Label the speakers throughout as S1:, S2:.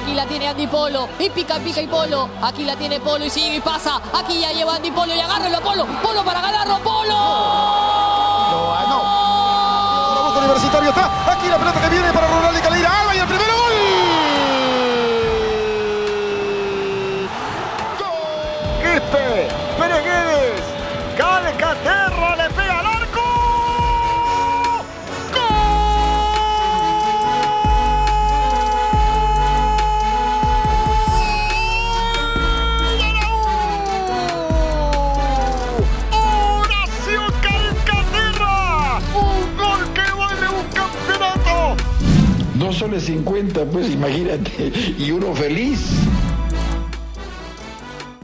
S1: Aquí la tiene Andy Polo. Y pica, pica y Polo. Aquí la tiene Polo y sigue y pasa. Aquí ya lleva Andy Polo y agárrelo a Polo. Polo para ganarlo. Polo.
S2: Lo ganó. Universitario está. Aquí la pelota que viene para Ronaldo y Caleira. ¡Ala! Y el primero gol. ¡Gol!
S3: Quispe. Pérez Guedes. Calcaterra le pega al arco. ¡Gol! ¡Ganaú! Horacio Calcaterra. Un gol que vuelve un campeonato.
S4: Dos soles 50, pues imagínate, y uno feliz.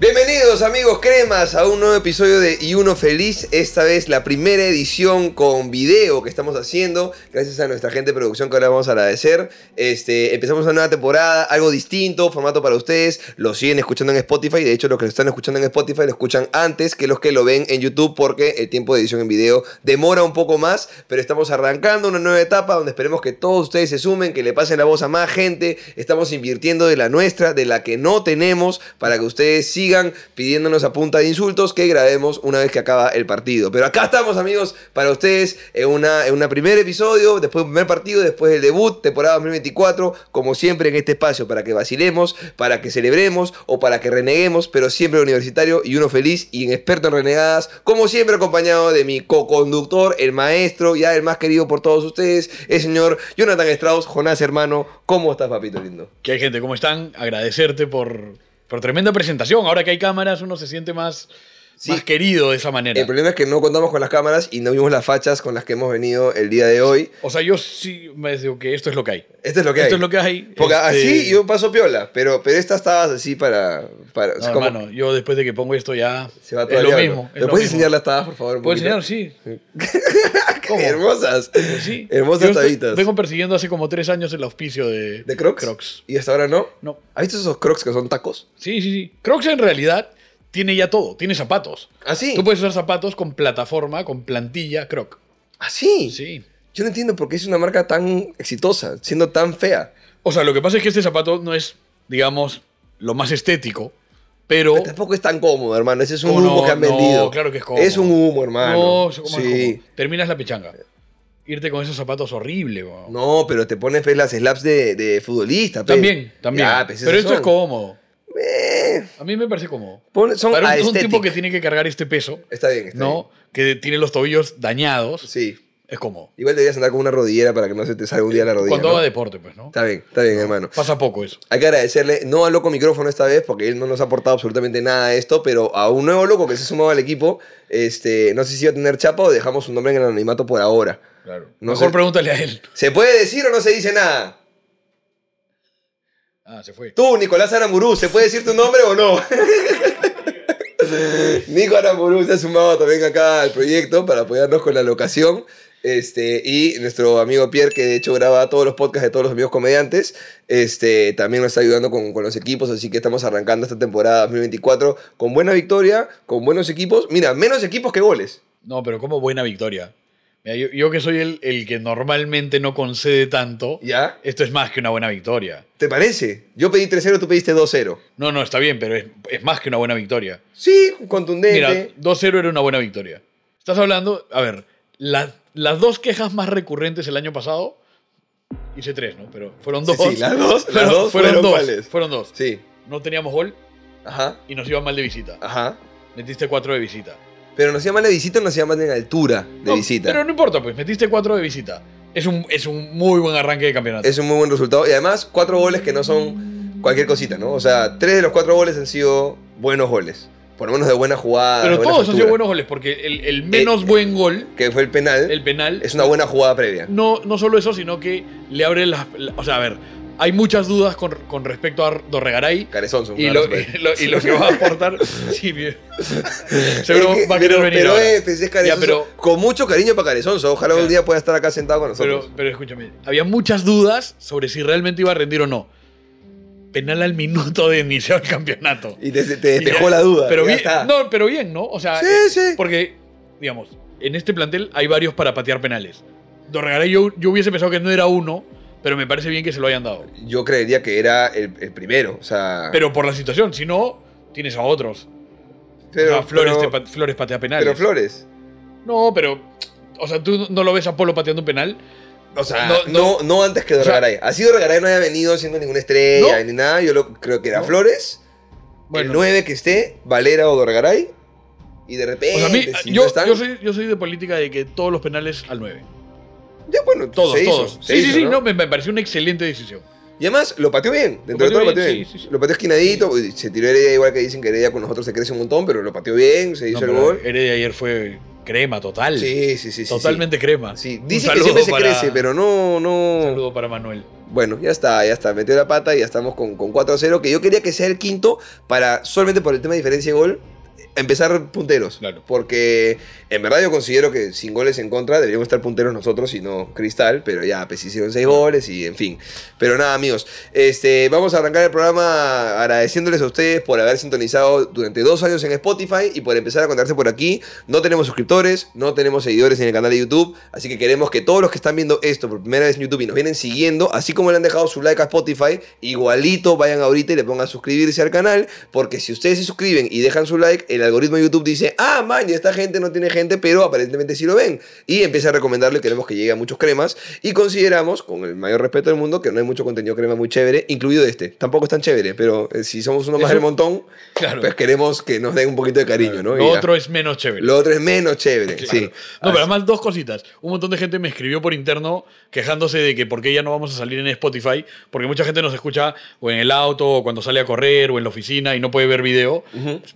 S5: Bienvenidos amigos cremas a un nuevo episodio de Y Uno Feliz, esta vez la primera edición con video que estamos haciendo, gracias a nuestra gente de producción que ahora vamos a agradecer. Este, empezamos una nueva temporada, algo distinto, formato para ustedes, lo siguen escuchando en Spotify, de hecho los que lo están escuchando en Spotify lo escuchan antes que los que lo ven en YouTube porque el tiempo de edición en video demora un poco más, pero estamos arrancando una nueva etapa donde esperemos que todos ustedes se sumen, que le pasen la voz a más gente, estamos invirtiendo de la nuestra, de la que no tenemos, para que ustedes sigan sigan pidiéndonos a punta de insultos que grabemos una vez que acaba el partido. Pero acá estamos, amigos, para ustedes en una, en una primer episodio, después un primer partido, después del debut, temporada 2024, como siempre en este espacio, para que vacilemos, para que celebremos o para que reneguemos, pero siempre universitario y uno feliz y en experto en renegadas, como siempre acompañado de mi co-conductor, el maestro, ya el más querido por todos ustedes, el señor Jonathan Strauss, Jonás hermano, ¿cómo estás, papito lindo?
S6: ¿Qué hay, gente? ¿Cómo están? Agradecerte por, pero tremenda presentación. Ahora que hay cámaras, uno se siente más,
S5: Sí.
S6: más querido de esa manera.
S5: El problema es que no contamos con las cámaras y no vimos las fachas con las que hemos venido el día de hoy.
S6: O sea, yo sí me digo que esto es lo que hay.
S5: Esto es lo que hay.
S6: Esto es lo que hay.
S5: Porque
S6: Este,
S5: así yo paso piola, pero, pero esta estabas así para. para o
S6: No,
S5: sea, como
S6: hermano, yo después de que pongo esto ya.
S5: se va todo
S6: es
S5: al
S6: lo
S5: diablo.
S6: mismo. es
S5: ¿Me
S6: lo
S5: puedes
S6: mismo.
S5: enseñar las tabas, por favor? un
S6: ¿Puedo
S5: poquito?
S6: enseñar? Sí.
S5: ¡Qué hermosas!
S6: Pues sí.
S5: Hermosas
S6: Yo estoy-
S5: tabitas.
S6: Vengo persiguiendo hace como tres años el auspicio de,
S5: ¿De Crocs?
S6: Crocs.
S5: ¿Y hasta ahora no?
S6: No.
S5: ¿Has visto esos Crocs que son tacos?
S6: Sí, sí, sí. Crocs en realidad tiene ya todo. Tiene zapatos.
S5: Así.
S6: Tú puedes usar zapatos con plataforma, con plantilla Croc.
S5: Así.
S6: Sí.
S5: ¿Ah, Yo no entiendo por qué es una marca tan exitosa, siendo tan fea.
S6: O sea, lo que pasa es que este zapato no es, digamos, lo más estético, pero
S5: Pero tampoco es tan cómodo, hermano. Ese es un
S6: ¿Cómo
S5: humo
S6: no?
S5: que han
S6: No,
S5: vendido.
S6: claro que es cómodo.
S5: Es un humo, hermano.
S6: no, eso como es
S5: sí.
S6: como- terminas la pechanga. Irte con esos zapatos horrible, weón.
S5: No, pero te pones pues, las slaps de, de futbolista. pues.
S6: También, también.
S5: Ya, pues,
S6: pero
S5: esas
S6: esto es
S5: son.
S6: cómodo.
S5: Eh,
S6: A mí me parece cómodo.
S5: pon- son
S6: Para un- un,
S5: aesthetic.
S6: tipo que tiene que cargar este peso,
S5: Está bien, está
S6: ¿no? Que tiene los tobillos dañados,
S5: bien. Sí.
S6: es cómodo.
S5: Igual deberías andar con una rodillera para que no se te salga un día la rodilla.
S6: Cuando
S5: ¿no?
S6: haga deporte, pues, ¿no?
S5: Está bien, está bien, hermano.
S6: Pasa poco eso.
S5: Hay que agradecerle, no al loco micrófono esta vez, porque él no nos ha aportado absolutamente nada a esto, pero a un nuevo loco que se ha sumado al equipo, este, no sé si va a tener chapa o dejamos su nombre en el anonimato por ahora.
S6: Claro.
S5: No
S6: Mejor
S5: sé.
S6: pregúntale a él.
S5: ¿Se puede decir o no se dice nada?
S6: Ah, se fue.
S5: Tú, Nicolás Aramburú, ¿se puede decir tu nombre o no? Nico Aramburú se ha sumado también acá al proyecto para apoyarnos con la locación. Este, y nuestro amigo Pierre, que de hecho graba todos los podcasts de todos los amigos comediantes, este, también nos está ayudando con, con los equipos, así que estamos arrancando esta temporada 2024 con buena victoria, con buenos equipos. Mira, menos equipos que goles.
S6: No, pero como buena victoria. Mira, yo, yo que soy el, el que normalmente no concede tanto,
S5: ¿Ya?
S6: esto es más que una buena victoria.
S5: ¿Te parece? Yo pedí 3-0, tú pediste 2-0.
S6: No, no, está bien, pero es, es más que una buena victoria.
S5: Sí, contundente.
S6: Mira, 2-0 era una buena victoria. Estás hablando, a ver, las, las dos quejas más recurrentes el año pasado, hice tres, ¿no? Pero fueron
S5: Sí,
S6: dos.
S5: sí, las dos, las
S6: Fueron-
S5: dos
S6: fueron
S5: fueron
S6: dos.
S5: cuáles.
S6: Fueron dos.
S5: Sí.
S6: No teníamos gol
S5: Ajá.
S6: y nos iba mal de visita.
S5: Ajá.
S6: Metiste cuatro de visita.
S5: Pero nos llaman de visita, nos llaman en altura de
S6: No,
S5: visita.
S6: Pero no importa, pues, metiste cuatro de visita. Es un, es un muy buen arranque de campeonato.
S5: Es un muy buen resultado. Y además, cuatro goles que no son cualquier cosita, ¿no? O sea, tres de los cuatro goles han sido buenos goles. Por lo menos de buena jugada. de
S6: pero
S5: Ah, buena
S6: todos han sido
S5: factura.
S6: buenos goles, porque el, el menos buen gol,
S5: Que fue el penal.
S6: el penal,
S5: Es una buena jugada previa.
S6: No, no solo eso, sino que le abre las. la- o sea, a ver, hay muchas dudas con, con respecto a Dorregaray
S5: Carezón.
S6: y lo, y,
S5: pues.
S6: lo, y lo que va a aportar. sí, bien. Seguro va a querer
S5: pero,
S6: venir.
S5: Pero,
S6: ahora.
S5: eh, pues, es Carezonso.
S6: pero-
S5: Con mucho cariño para Carezonso. Ojalá
S6: Claro.
S5: un día pueda estar acá sentado con nosotros.
S6: pero, pero escúchame, había muchas dudas sobre si realmente iba a rendir o no. Penal al minuto de inicio del campeonato.
S5: y te, te despejó
S6: Y ya-
S5: Eh, la duda.
S6: Pero
S5: ya
S6: bien,
S5: está.
S6: no, pero bien, ¿no? O sea,
S5: Sí,
S6: eh,
S5: sí.
S6: porque, digamos, en este plantel hay varios para patear penales. Dorregaray yo, yo hubiese pensado que no era uno, pero me parece bien que se lo hayan dado.
S5: Yo creería que era el, el primero. O sea.
S6: Pero por la situación, si no, tienes a otros. O sea, Flores, te pa- Flores patea penales.
S5: pero Flores.
S6: no, pero. O sea, tú no lo ves a Polo pateando un penal.
S5: O sea, no, no, antes que Dorgaray. Así Dorgaray no haya venido siendo ninguna estrella
S6: No.
S5: ni nada. Yo lo- creo que era Flores,
S6: Bueno.
S5: el 9 que esté, Valera o Dorgaray. Y de repente,
S6: O sea, a mí,
S5: Eh, si
S6: yo,
S5: no están,
S6: yo, soy, yo soy de política de que todos los penales al 9.
S5: ya bueno,
S6: Todos,
S5: se hizo,
S6: todos.
S5: se
S6: sí, sí,
S5: hizo,
S6: sí, no, me, me pareció una excelente decisión.
S5: Y además, lo pateó bien. Dentro
S6: pateó
S5: de todo, lo
S6: bien,
S5: pateó bien.
S6: sí, sí, sí.
S5: Lo pateó esquinadito. uy, Se tiró Heredia, igual que dicen que Heredia con nosotros se crece un montón, pero lo pateó bien, se hizo
S6: No,
S5: el
S6: pero
S5: gol.
S6: Heredia ayer fue crema total.
S5: Sí, sí, sí. sí,
S6: Totalmente crema.
S5: Sí,
S6: Un
S5: dice que
S6: saludo
S5: siempre se
S6: para-
S5: crece, pero no, no.
S6: Un saludo para Manuel.
S5: Bueno, ya está, ya está. Metió la pata y ya estamos con, con 4-0. Que yo quería que sea el quinto para, solamente por el tema de diferencia de gol, empezar punteros.
S6: Claro.
S5: Porque en verdad yo considero que sin goles en contra deberíamos estar punteros nosotros y no Cristal. Pero ya, pues hicieron 6 goles y en fin. Pero nada, amigos. Este, vamos a arrancar el programa agradeciéndoles a ustedes por haber sintonizado durante dos años en Spotify y por empezar a contarse por aquí. No tenemos suscriptores, no tenemos seguidores en el canal de YouTube, así que queremos que todos los que están viendo esto por primera vez en YouTube y nos vienen siguiendo, así como le han dejado su like a Spotify, igualito vayan ahorita y le pongan suscribirse al canal, porque si ustedes se suscriben y dejan su like, el algoritmo de YouTube dice, ah, man, y esta gente no tiene gente, pero aparentemente sí lo ven. Y empieza a recomendarlo y queremos que llegue a muchos cremas. Y consideramos, con el mayor respeto del mundo, que no hay mucho contenido crema muy chévere, incluido este. Tampoco es tan chévere, pero eh, si somos uno más
S6: Eso-
S5: del montón,
S6: Claro.
S5: pues queremos que nos den un poquito de cariño, ¿no? Y
S6: Lo
S5: ya.
S6: otro es menos chévere.
S5: Lo otro es menos chévere,
S6: Claro.
S5: sí.
S6: No,
S5: Así-
S6: pero además dos cositas. Un montón de gente me escribió por interno quejándose de que por qué ya no vamos a salir en Spotify, porque mucha gente nos escucha o en el auto, o cuando sale a correr, o en la oficina y no puede ver video.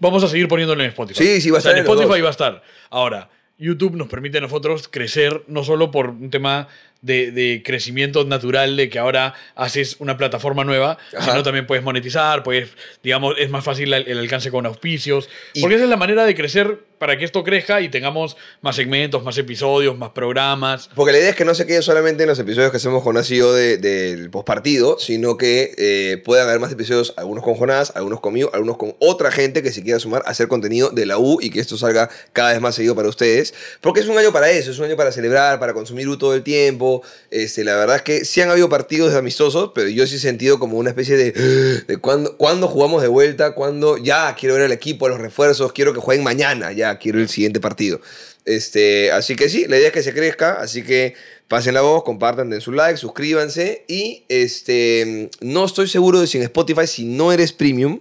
S6: Vamos a seguir poniéndolo en Spotify.
S5: Sí, sí, va a
S6: O sea,
S5: estar
S6: en
S5: en los
S6: Spotify
S5: dos.
S6: va a estar. Ahora, YouTube nos permite a nosotros crecer no solo por un tema de, de crecimiento natural de que ahora haces una plataforma nueva,
S5: Ajá.
S6: sino también puedes monetizar, puedes, digamos, es más fácil el, el alcance con auspicios.
S5: Y-
S6: porque esa es la manera de crecer para que esto crezca y tengamos más segmentos, más episodios, más programas.
S5: Porque la idea es que no se quede solamente en los episodios que hacemos con Asi y yo de- del postpartido, sino que eh, puedan haber más episodios, algunos con Jonás, algunos conmigo, algunos con otra gente que se quiera sumar a hacer contenido de la U y que esto salga cada vez más seguido para ustedes. Porque es un año para eso, es un año para celebrar, para consumir U todo el tiempo. Este, la verdad es que sí han habido partidos amistosos, pero yo sí he sentido como una especie de, de cuándo, cuándo jugamos de vuelta, cuándo ya quiero ver al equipo, los refuerzos, quiero que jueguen mañana, ya quiero el siguiente partido. Este, así que sí, la idea es que se crezca, así que pasen la voz, compartan, den su like, suscríbanse y este, no estoy seguro de si en Spotify, si no eres premium,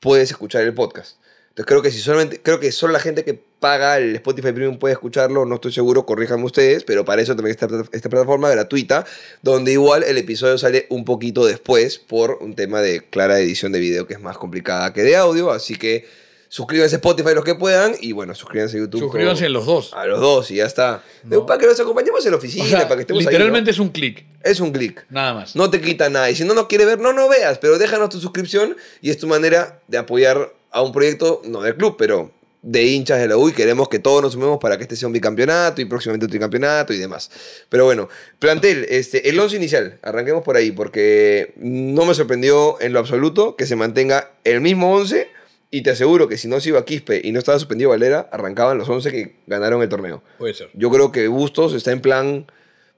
S5: puedes escuchar el podcast. Entonces creo que si solamente, creo que solo la gente que paga el Spotify Premium puede escucharlo, no estoy seguro, corríjanme ustedes, pero para eso también está esta- esta plataforma gratuita, donde igual el episodio sale un poquito después por un tema de clara edición de video que es más complicada que de audio, así que suscríbanse a Spotify los que puedan y bueno, suscríbanse a YouTube.
S6: Suscríbanse en los dos.
S5: A los dos y ya está. De-
S6: No.
S5: Para que nos acompañemos en la oficina,
S6: O sea,
S5: Ah, para que estemos ahí,
S6: literalmente es un clic,
S5: ¿no? Es un clic.
S6: nada más.
S5: No te quita nada. Y si no nos quiere ver, no nos veas, pero déjanos tu suscripción y es tu manera de apoyar a un proyecto, no del club, pero de hinchas de la U y queremos que todos nos sumemos para que este sea un bicampeonato y próximamente un tricampeonato y demás. Pero bueno, plantel, este, el 11 inicial, arranquemos por ahí porque no me sorprendió en lo absoluto que se mantenga el mismo 11 y te aseguro que si no se iba Quispe y no estaba suspendido Valera, arrancaban los 11 que ganaron el torneo.
S6: Puede ser.
S5: Yo creo que Bustos está en plan,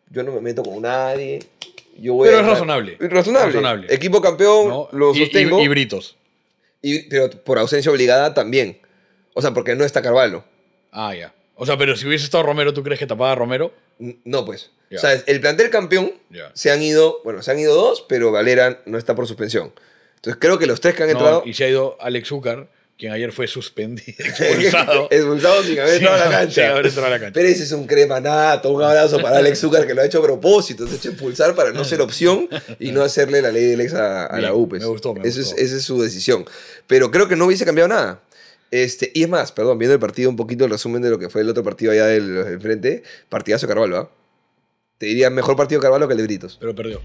S5: yo no me meto con nadie. Yo voy
S6: Pero
S5: a
S6: es
S5: dejar-
S6: razonable.
S5: Razonable.
S6: Razonable.
S5: Equipo campeón,
S6: ¿no?
S5: lo
S6: Y- y-
S5: sostengo.
S6: Y, Britos.
S5: y- pero por ausencia obligada también. O sea, porque no está Carvalho.
S6: Ah, ya. O sea, pero si hubiese estado Romero, ¿tú crees que tapaba a Romero?
S5: N- No, pues.
S6: Ya.
S5: O sea, el plantel campeón
S6: Ya.
S5: se han ido, bueno, se han ido dos, pero Valera no está por suspensión. Entonces creo que los tres que han
S6: No,
S5: entrado.
S6: y se ha ido Alex Zúcar, quien ayer fue suspendido, expulsado.
S5: expulsado sin haber
S6: Sí,
S5: entrado a la
S6: sin
S5: cancha.
S6: haber entrado a la cancha.
S5: Pero ese es un cremanato. Un abrazo para Alex Zúcar que lo ha hecho a propósito. Se ha hecho expulsar para no ser opción y no hacerle la ley del ex a, a la
S6: Bien,
S5: UPES.
S6: me gustó, me
S5: Eso es-
S6: gustó.
S5: esa es su decisión. Pero creo que no hubiese cambiado nada. Este, y es más, perdón, viendo el partido un poquito, el resumen de lo que fue el otro partido allá del, del frente, partidazo de Carvalho, ¿ah? Te diría mejor partido de Carvalho que el de Britos.
S6: Pero perdió.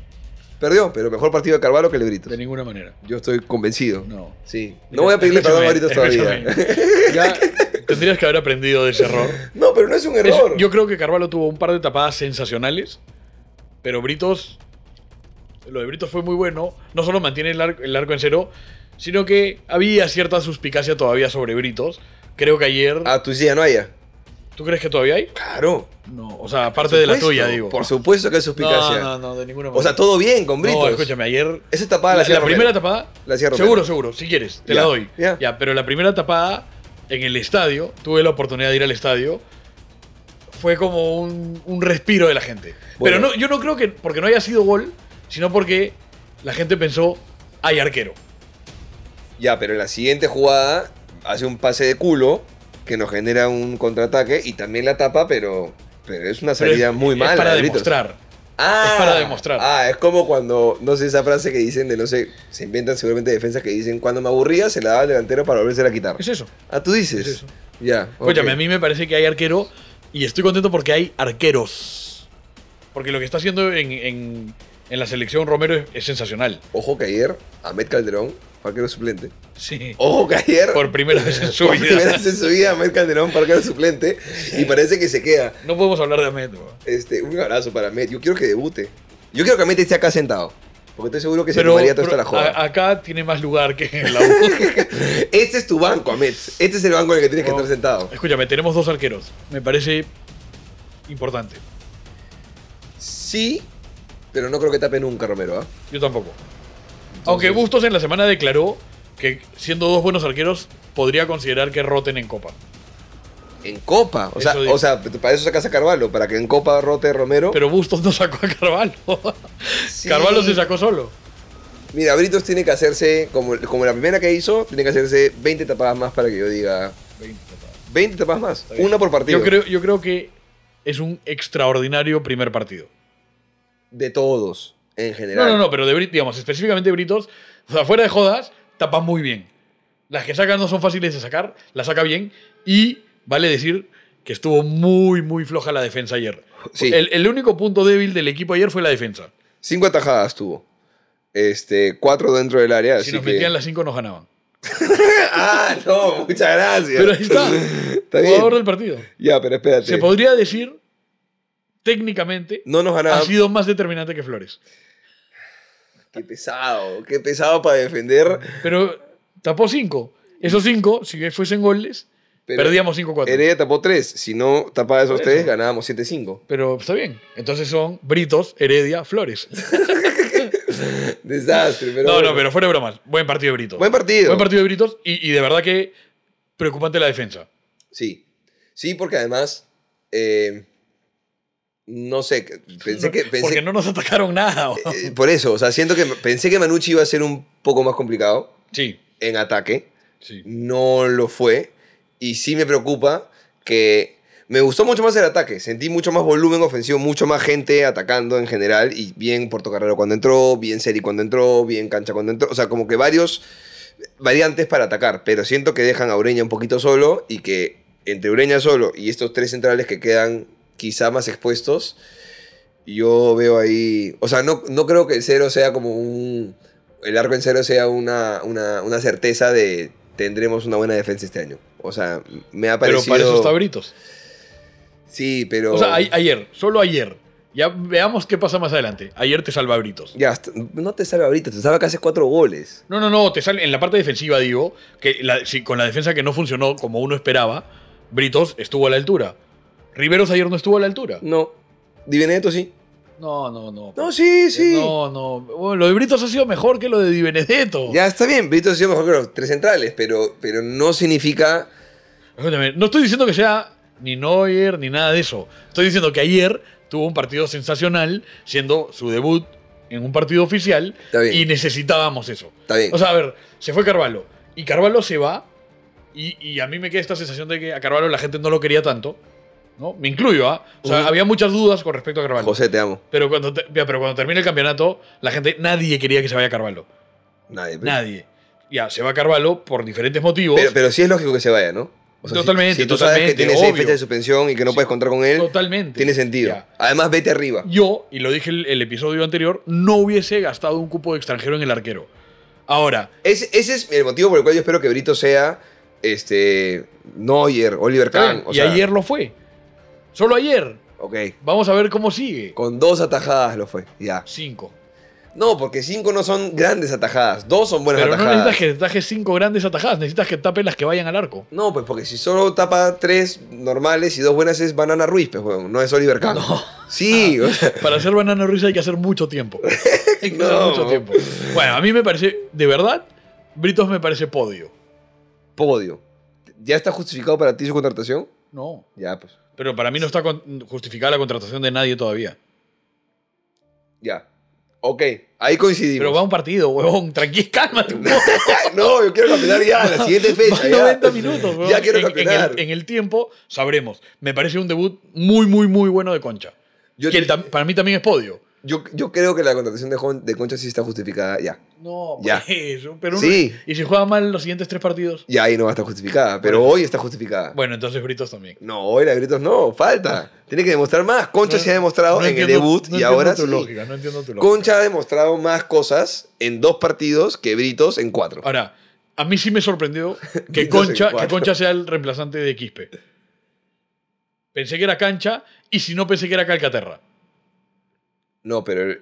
S5: Perdió, pero mejor partido de Carvalho que el de Britos.
S6: De ninguna manera.
S5: Yo estoy convencido.
S6: No.
S5: Sí. No voy a pedirle perdón a
S6: Escúchame,
S5: Britos todavía.
S6: escúchame. Ya tendrías que haber aprendido de ese error.
S5: No, pero no es un
S6: Es-
S5: error.
S6: yo creo que Carvalho tuvo un par de tapadas sensacionales, pero Britos. Lo de Britos fue muy bueno. No solo mantiene el arco, el arco en cero, sino
S5: Ah.
S6: que había cierta suspicacia todavía sobre Britos. Creo que ayer.
S5: A tu silla no haya.
S6: ¿Tú crees que todavía hay?
S5: Claro.
S6: No, o sea, aparte de la
S5: Supuesto,
S6: tuya, digo.
S5: Por supuesto que hay suspicacia.
S6: No, no, no, de ninguna manera.
S5: O sea, todo bien con Britos.
S6: No, escúchame, ayer.
S5: Esa tapada la hacía Romero.
S6: primera tapada.
S5: La hacía Romero.
S6: Seguro, seguro, si quieres, te
S5: Ya,
S6: la doy.
S5: ya.
S6: Ya, pero la primera tapada en el estadio, tuve la oportunidad de ir al estadio. Fue como un, un respiro de la gente.
S5: Bueno.
S6: Pero no, yo no creo que porque no haya sido gol, sino porque la gente pensó, hay arquero.
S5: Ya, pero en la siguiente jugada hace un pase de culo que nos genera un contraataque y también la tapa, pero, pero es una
S6: Pero
S5: salida
S6: es-
S5: muy
S6: es
S5: mala.
S6: para
S5: de Britos.
S6: demostrar.
S5: Ah,
S6: Es para demostrar.
S5: Ah, es como cuando, no sé, esa frase que dicen de, no sé, se inventan seguramente defensas que dicen, cuando me aburría se la daba al delantero para volverse a quitar.
S6: Es eso.
S5: Ah, tú dices.
S6: Es eso.
S5: Ya. ok.
S6: Escúchame, a mí me parece que hay arquero y estoy contento porque hay arqueros. Porque lo que está haciendo en, en- en la selección Romero es, es sensacional.
S5: Ojo que ayer, Ahmed Calderón, arquero suplente.
S6: Sí.
S5: Ojo que ayer.
S6: Por primera vez en su
S5: por primera
S6: vida.
S5: vez en su vida, Ahmed Calderón, arquero suplente. Y parece que se queda.
S6: No podemos hablar de Ahmed. weón.
S5: Este, un abrazo para Ahmed. Yo quiero que debute. Yo quiero que Ahmed esté acá sentado. Porque estoy seguro que se
S6: Pero,
S5: animaría toda esta
S6: pero
S5: la joda.
S6: a- acá tiene más lugar que en la U.
S5: Este es tu banco, Ahmed. Este es el banco en el que tienes que
S6: No.
S5: estar sentado.
S6: Escúchame, tenemos dos arqueros. Me parece importante.
S5: Sí, pero no creo que tape nunca, Romero. ¿ah?
S6: Yo tampoco. Aunque Bustos en la semana declaró que siendo dos buenos arqueros podría considerar que roten en Copa.
S5: En Copa. O sea,
S6: Eso dice.
S5: o sea, para eso sacas a Carvalho. Para que en Copa rote Romero.
S6: Pero Bustos no sacó a Carvalho.
S5: Oh. Sí.
S6: Carvalho se sacó solo.
S5: Mira, Britos tiene que hacerse, como, como la primera que hizo, tiene que hacerse 20 tapadas más para que yo diga. 20 tapadas más.
S6: bien.
S5: Una por partido.
S6: Yo creo, yo creo que es un extraordinario primer partido.
S5: De todos, en general.
S6: No, no, no, pero de Brit, digamos, específicamente Britos, o sea, fuera de jodas, tapas muy bien. Las que sacan no son fáciles de sacar, la saca bien. Y vale decir que estuvo muy, muy floja la defensa ayer.
S5: Sí.
S6: El, el único punto débil del equipo ayer fue la defensa.
S5: Cinco atajadas tuvo. Este, cuatro dentro del área.
S6: si
S5: así
S6: nos
S5: que-
S6: metían las cinco, nos ganaban.
S5: Ah, no, muchas gracias.
S6: Pero ahí está.
S5: está bien.
S6: Jugador del partido.
S5: Ya, pero espérate.
S6: Se podría decir, técnicamente,
S5: No nos
S6: ha
S5: ganaban.
S6: sido más determinante que Flores.
S5: Qué pesado, qué pesado para defender.
S6: Pero tapó cinco. Esos cinco, si fuesen goles,
S5: Pero
S6: perdíamos 5-4.
S5: Heredia tapó tres. Si no tapaba esos tres, ganábamos 7-5.
S6: Pero está bien. Entonces son Britos, Heredia, Flores.
S5: Desastre, pero.
S6: no,
S5: bueno.
S6: no, pero fuera de bromas. Buen partido de Britos.
S5: Buen partido.
S6: Buen partido de Britos y, y de verdad que preocupante la defensa.
S5: Sí. Sí, porque además. eh, no sé, que- pensé que. Pensé,
S6: Porque no nos atacaron nada. ¿o?
S5: eh, por eso, o sea, siento que pensé que Manucci iba a ser un poco más complicado
S6: Sí,
S5: en ataque.
S6: sí.
S5: no lo fue. Y sí me preocupa que me gustó mucho más el ataque. Sentí mucho más volumen ofensivo, mucho más gente atacando en general. Y bien Portocarrero cuando entró, bien Seri cuando entró, bien Cancha cuando entró. O sea, como que varios variantes para atacar. Pero siento que dejan a Ureña un poquito solo y que entre Ureña solo y estos tres centrales que quedan quizá más expuestos, yo veo ahí. O sea, no, no creo que el cero sea como un. El arco en cero sea una, una, una certeza de tendremos una buena defensa este año. O sea, me ha
S6: Pero
S5: parecido.
S6: para eso está Britos.
S5: Sí, pero.
S6: O sea, a- ayer, solo ayer. Ya veamos qué pasa más adelante. Ayer te salva Britos.
S5: Ya, hasta- no te salva ahorita, te salva que haces cuatro goles.
S6: No, no, no, te sale en la parte defensiva, digo, que la- si- con la defensa que no funcionó como uno esperaba, Britos estuvo a la altura. Riveros ayer no estuvo a la altura.
S5: No. Divineto sí.
S6: No, no, no.
S5: No, sí, sí.
S6: Eh, No, no. Bueno, lo de Britos ha sido mejor que lo de Di Benedetto.
S5: Ya está bien, Brito ha sido mejor que los tres centrales, pero, pero no significa.
S6: Escúchame, no estoy diciendo que sea ni Neuer ni nada de eso. Estoy diciendo que ayer tuvo un partido sensacional, siendo su debut en un partido oficial,
S5: Está bien.
S6: y necesitábamos eso.
S5: Está bien.
S6: O sea, a ver, se fue Carvalho, y Carvalho se va, y, y a mí me queda esta sensación de que a Carvalho la gente no lo quería tanto, ¿no? Me incluyo, ¿ah? O sea,
S5: Ujú.
S6: había muchas dudas con respecto a Carvalho.
S5: José, te amo.
S6: Pero cuando, te- ya, pero cuando termina el campeonato, la gente, nadie quería que se vaya Carvalho.
S5: Nadie. pero-
S6: Nadie. Ya, se va Carvalho por diferentes motivos.
S5: Pero, pero sí es lógico que se vaya, ¿no? O si-
S6: Totalmente,
S5: si, tú sabes que
S6: totalmente,
S5: tienes seis
S6: obvio.
S5: fechas de suspensión y que no puedes contar con él,
S6: totalmente.
S5: tiene sentido.
S6: Ya.
S5: Además, vete arriba.
S6: Yo, y lo dije el, el episodio anterior, no hubiese gastado un cupo de extranjero en el arquero. Ahora,
S5: Ese, ese es el motivo por el cual yo espero que Brito sea este Neuer, Oliver Kahn. o
S6: y
S5: sea,
S6: ayer lo fue. Solo ayer.
S5: Ok.
S6: Vamos a ver cómo sigue.
S5: Con dos atajadas lo fue. Ya.
S6: Cinco.
S5: No, porque cinco no son grandes atajadas. Dos son buenas
S6: Pero no
S5: atajadas.
S6: necesitas que tajes cinco grandes atajadas, necesitas que tapen las que vayan al arco.
S5: No, pues porque si solo tapa tres normales y dos buenas es Banana Ruiz, pues bueno, no es Oliver Kahn. Sí,
S6: Ah.
S5: o sea,
S6: Para hacer Banana Ruiz hay que hacer mucho tiempo. Hay que hacer
S5: No.
S6: mucho tiempo. Bueno, a mí me parece, de verdad, Britos me parece podio.
S5: podio. ¿Ya está justificado para ti su contratación?
S6: No.
S5: Ya, pues.
S6: Pero para mí no está con- justificada la contratación de nadie todavía.
S5: Ya. Ok, ahí coincidimos.
S6: Pero va un partido, huevón. Tranquil, cálmate un poco.
S5: no, yo quiero campeonar ya, la siguiente fecha.
S6: Van
S5: ya.
S6: 90 minutos, huevón.
S5: Ya quiero
S6: En- en,
S5: campeonar.
S6: el, en el tiempo sabremos. Me parece un debut muy, muy, muy bueno de Concha.
S5: Yo-
S6: que tam- para mí también es podio.
S5: Yo, yo creo que la contratación de, Hon- de Concha sí está justificada ya.
S6: No,
S5: Ya.
S6: eso. Pero uno-
S5: Sí.
S6: ¿Y si juega mal los siguientes tres partidos?
S5: Ya ahí no va a estar justificada, pero hoy está justificada.
S6: Bueno, entonces Britos también.
S5: No, hoy la gritos no, falta. Tiene que demostrar más. Concha
S6: No-
S5: se ha demostrado
S6: no
S5: en
S6: entiendo-
S5: el debut
S6: no
S5: y
S6: entiendo
S5: ahora
S6: tu
S5: sí.
S6: lógica, no entiendo tu lógica.
S5: Concha ha demostrado más cosas en dos partidos que Britos en cuatro.
S6: Ahora, a mí sí me sorprendió que,
S5: Britos en
S6: Concha, que
S5: cuatro.
S6: Concha sea el reemplazante de Quispe. Pensé que era Cancha y si no pensé que era Calcaterra.
S5: No, pero. el-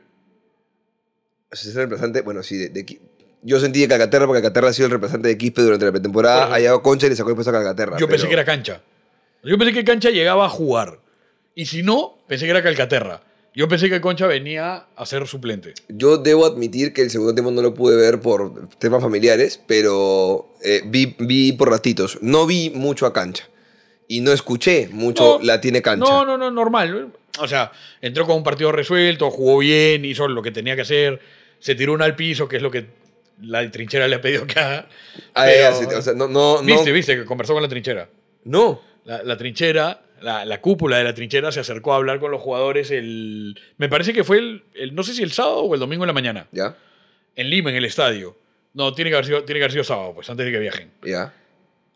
S5: o sea, Es el reemplazante. Bueno, sí, de, de Qui- yo sentí de Calcaterra porque Calcaterra ha sido el reemplazante de Quispe durante la pretemporada.
S6: Pero-
S5: ha llegado Concha y le sacó el puesto a Calcaterra.
S6: Yo pensé
S5: pero-
S6: que era Cancha. Yo pensé que Cancha llegaba a jugar. Y si no, pensé que era Calcaterra. Yo pensé que Concha venía a ser suplente.
S5: Yo debo admitir que el segundo tiempo no lo pude ver por temas familiares, pero eh, vi, vi por ratitos. No vi mucho a cancha. Y no escuché mucho
S6: No,
S5: la tiene cancha.
S6: No, no, no, normal. O sea, entró con un partido resuelto, jugó bien, hizo lo que tenía que hacer, se tiró una al piso, que es lo que la trinchera le ha pedido que haga.
S5: Ah,
S6: Pero-
S5: ya, sí, o sea, no, no, no.
S6: viste, viste, que conversó con la trinchera.
S5: No.
S6: La, la trinchera, la, la cúpula de la trinchera se acercó a hablar con los jugadores el... Me parece que fue el, el- no sé si el sábado o el domingo en la mañana,
S5: Ya,
S6: en Lima, en el estadio. No, tiene que haber sido, tiene que haber sido sábado, pues, antes de que viajen.
S5: ya.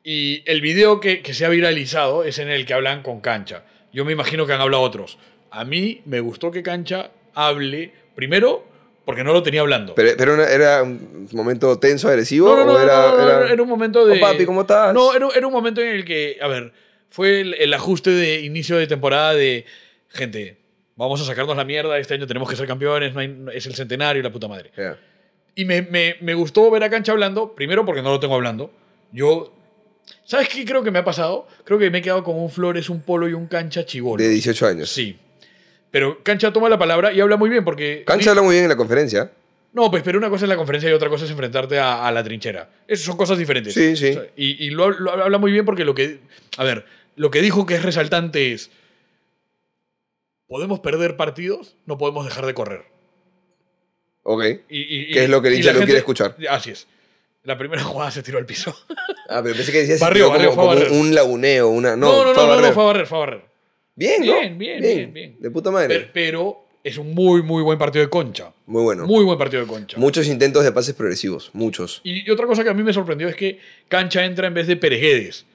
S6: Y el video que, que se ha viralizado es en el que hablan con Cancha. Yo me imagino que han hablado otros. A mí me gustó que Cancha hable, primero, porque no lo tenía hablando.
S5: Pero, pero era, era un momento tenso, agresivo.
S6: no, no, no,
S5: o era,
S6: no, no,
S5: era-
S6: era, un momento de...
S5: Oh, papi, ¿cómo estás?
S6: No, era, era un momento en el que, a ver, fue el, el ajuste de inicio de temporada de, gente, vamos a sacarnos la mierda, este año tenemos que ser campeones, no hay- no- es el centenario y la puta madre.
S5: Ya.
S6: Y me, me- me gustó ver a Cancha hablando, primero porque no lo tengo hablando. Yo, ¿sabes qué creo que me ha pasado? Creo que me he quedado con un Flores, un Polo y un Cancha chivolo.
S5: De 18 años.
S6: Sí. Pero Cancha toma la palabra y habla muy bien porque...
S5: Cancha habla muy bien en la conferencia.
S6: No, pues, pero una cosa es la conferencia y otra cosa es enfrentarte a, a la trinchera. Esas son cosas diferentes.
S5: Sí, sí.
S6: O sea, y y lo, lo habla muy bien porque lo que. A ver, lo que dijo que es resaltante es. Podemos perder partidos, no podemos dejar de correr.
S5: Ok.
S6: Y, y- y-
S5: Que es lo que el
S6: y
S5: hincha
S6: la
S5: no quiere escuchar.
S6: Así es. La primera jugada se tiró al piso.
S5: Ah, pero pensé que decías
S6: Barrio,
S5: como,
S6: barrio, fue
S5: como
S6: barrio.
S5: un, un laguneo, una. No,
S6: No, no, no,
S5: fue
S6: no, no,
S5: barrio.
S6: fue a barrer, fue a barrer.
S5: Bien, ¿no?
S6: Bien, bien, bien, bien.
S5: De puta madre.
S6: Pero, pero es un muy, muy buen partido de concha.
S5: muy bueno.
S6: Muy buen partido de concha.
S5: Muchos intentos de pases progresivos, muchos.
S6: Y, y otra cosa que a mí me sorprendió es que Cancha entra en vez de Perejedes.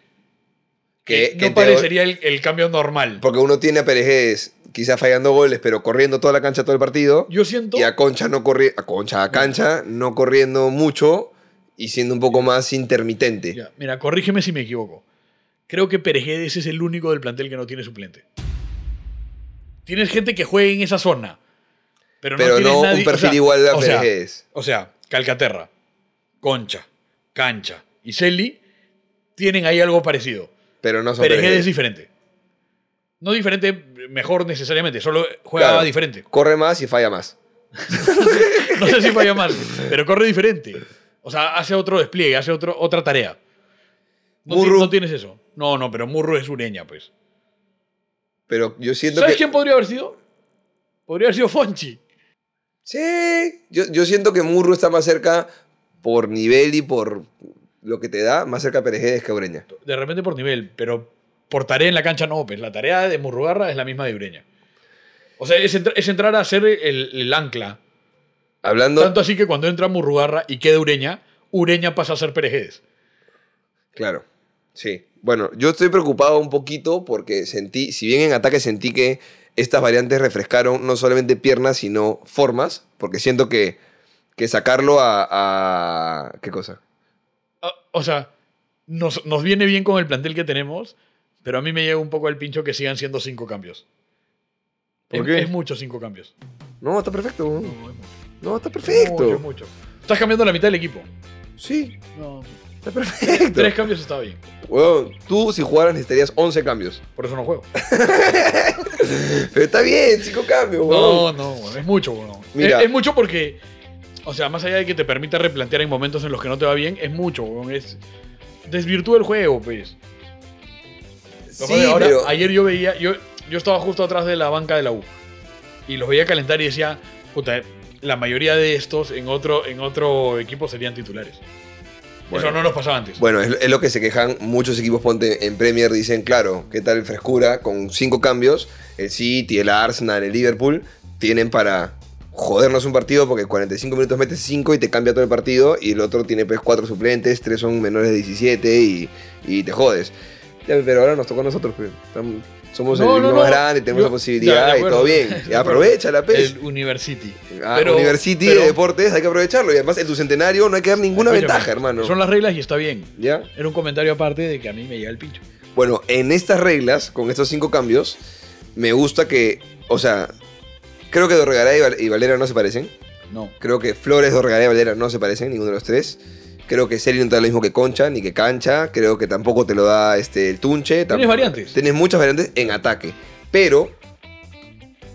S5: Que,
S6: Que
S5: que
S6: no
S5: te-
S6: parecería el, el cambio normal.
S5: Porque uno tiene a Perejes quizás fallando goles, pero corriendo toda la cancha todo el partido.
S6: Yo siento.
S5: y a Concha no corri a Concha, a Cancha no corriendo mucho y siendo un poco más intermitente.
S6: Ya, mira, corrígeme si me equivoco. Creo que Perejedes es el único del plantel que no tiene suplente. Tienes gente que juegue en esa zona. Pero no,
S5: pero
S6: tienes
S5: no
S6: nadie-
S5: un
S6: o
S5: perfil
S6: sea,
S5: igual a
S6: o sea,
S5: Perejes.
S6: O sea, Calcaterra, Concha, Cancha y Celi tienen ahí algo parecido.
S5: Pero no son
S6: Perejedes es
S5: Perejes.
S6: diferente. No diferente, mejor necesariamente, solo juega
S5: Claro.
S6: diferente.
S5: Corre más y falla más.
S6: No sé si falla mal, pero corre diferente. O sea, hace otro despliegue, hace otro, otra tarea. No, ti-
S5: Murru.
S6: no tienes eso. No, no, pero Murru es ureña, pues.
S5: Pero yo siento
S6: ¿Sabes
S5: que.
S6: quién podría haber sido? Podría haber sido Fonchi.
S5: Sí, yo, yo siento que Murro está más cerca por nivel y por lo que te da, más cerca a Perejedes que a Ureña.
S6: De repente por nivel, pero por tarea en la cancha no, pues. La tarea de Murrugarra es la misma de Ureña. O sea, es, entr- es entrar a ser el, el ancla.
S5: Hablando.
S6: Tanto así que cuando entra Murrugarra y queda Ureña, Ureña pasa a ser Perejedes.
S5: Claro, sí. Bueno, yo estoy preocupado un poquito porque sentí, si bien en ataque sentí que estas variantes refrescaron no solamente piernas, sino formas, porque siento que, que sacarlo a, a- ¿Qué cosa?
S6: Ah, O sea, nos, nos viene bien con el plantel que tenemos, pero a mí me llega un poco el pincho que sigan siendo cinco cambios.
S5: ¿Por
S6: es,
S5: qué?
S6: es mucho cinco cambios.
S5: No, está perfecto. No, está perfecto.
S6: Mucho, mucho. Estás cambiando la mitad del equipo.
S5: Sí,
S6: No,
S5: está perfecto.
S6: tres cambios está bien.
S5: Huevón, tú si jugaras necesitarías 11 cambios.
S6: Por eso no juego.
S5: Pero está bien, 5 cambios,
S6: No,
S5: huevón.
S6: no, weón, es mucho, weón.
S5: Mira.
S6: Es, es mucho porque, o sea, más allá de que te permita replantear en momentos en los que no te va bien, es mucho, weón. Es, desvirtúa el juego, pues. Lo que pasa es
S5: sí,
S6: que ahora,
S5: pero...
S6: ayer yo veía, yo, yo estaba justo atrás de la banca de la U. Y los veía calentar y decía, puta, la mayoría de estos en otro, en otro equipo serían titulares.
S5: Bueno.
S6: Eso no nos pasaba antes.
S5: Bueno, es, es lo que se quejan muchos equipos ponte en Premier. Dicen, claro, ¿qué tal frescura? Con cinco cambios, el City, el Arsenal, el Liverpool, tienen para jodernos un partido porque 45 minutos metes 5 y te cambia todo el partido y el otro tiene pues 4 suplentes, tres son menores de 17 y, y te jodes. Ya, pero ahora nos tocó a nosotros, pues. Estamos- somos
S6: No,
S5: el
S6: no,
S5: equipo
S6: no.
S5: más grande, tenemos
S6: Yo-
S5: la posibilidad
S6: ya, de
S5: y
S6: acuerdo.
S5: todo bien.
S6: De
S5: Ya,
S6: acuerdo.
S5: aprovecha la pez.
S6: El University.
S5: Ah,
S6: Pero-
S5: University
S6: pero-
S5: de deportes, hay que aprovecharlo. Y además en tu centenario no hay que dar ninguna
S6: escúchame,
S5: ventaja, hermano.
S6: Son las reglas y está bien.
S5: ¿Ya?
S6: Era un comentario aparte de que a mí me llega el pincho.
S5: Bueno, en estas reglas, con estos cinco cambios, me gusta que, o sea, creo que Dorregará y, Val- y Valera no se parecen.
S6: No.
S5: Creo que Flores, Dorregará y Valera no se parecen, ninguno de los tres. Creo que Seri no te da lo mismo que Concha, ni que Cancha. Creo que tampoco te lo da este, el Tunche.
S6: Tienes variantes.
S5: Tienes muchas variantes en ataque. Pero,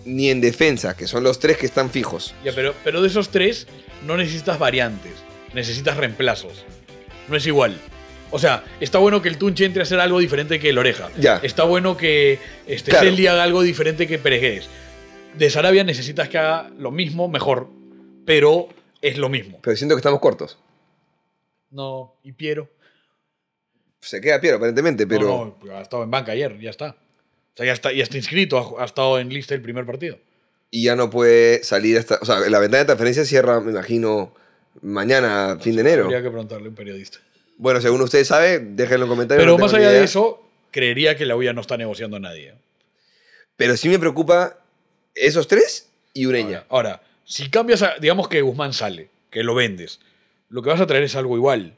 S5: ni en defensa, que son los tres que están fijos.
S6: Ya, pero, pero de esos tres no necesitas variantes, necesitas reemplazos. No es igual. O sea, está bueno que el Tunche entre a hacer algo diferente que el Oreja.
S5: Ya.
S6: Está bueno que este,
S5: Claro.
S6: Celdi haga algo diferente que Peregués. De Sarabia necesitas que haga lo mismo, mejor, pero es lo mismo.
S5: Pero siento que estamos cortos.
S6: No, y Piero.
S5: Se queda Piero, aparentemente, pero...
S6: No, no, ha estado en banca ayer, ya está. O sea, ya está, ya está inscrito, ha, ha estado en lista el primer partido.
S5: y ya no puede salir hasta. O sea, la ventana de transferencia cierra, me imagino, mañana, fin de enero.
S6: Habría que preguntarle a un periodista.
S5: Bueno, según ustedes saben, déjenlo en los comentarios.
S6: Pero
S5: no tengo
S6: más
S5: ni
S6: allá de
S5: idea.
S6: eso, creería que la UIA no está negociando a nadie. ¿eh?
S5: Pero sí me preocupa esos tres y Ureña.
S6: Ahora, ahora, si cambias, a- digamos que Guzmán sale, que lo vendes, lo que vas a traer es algo igual.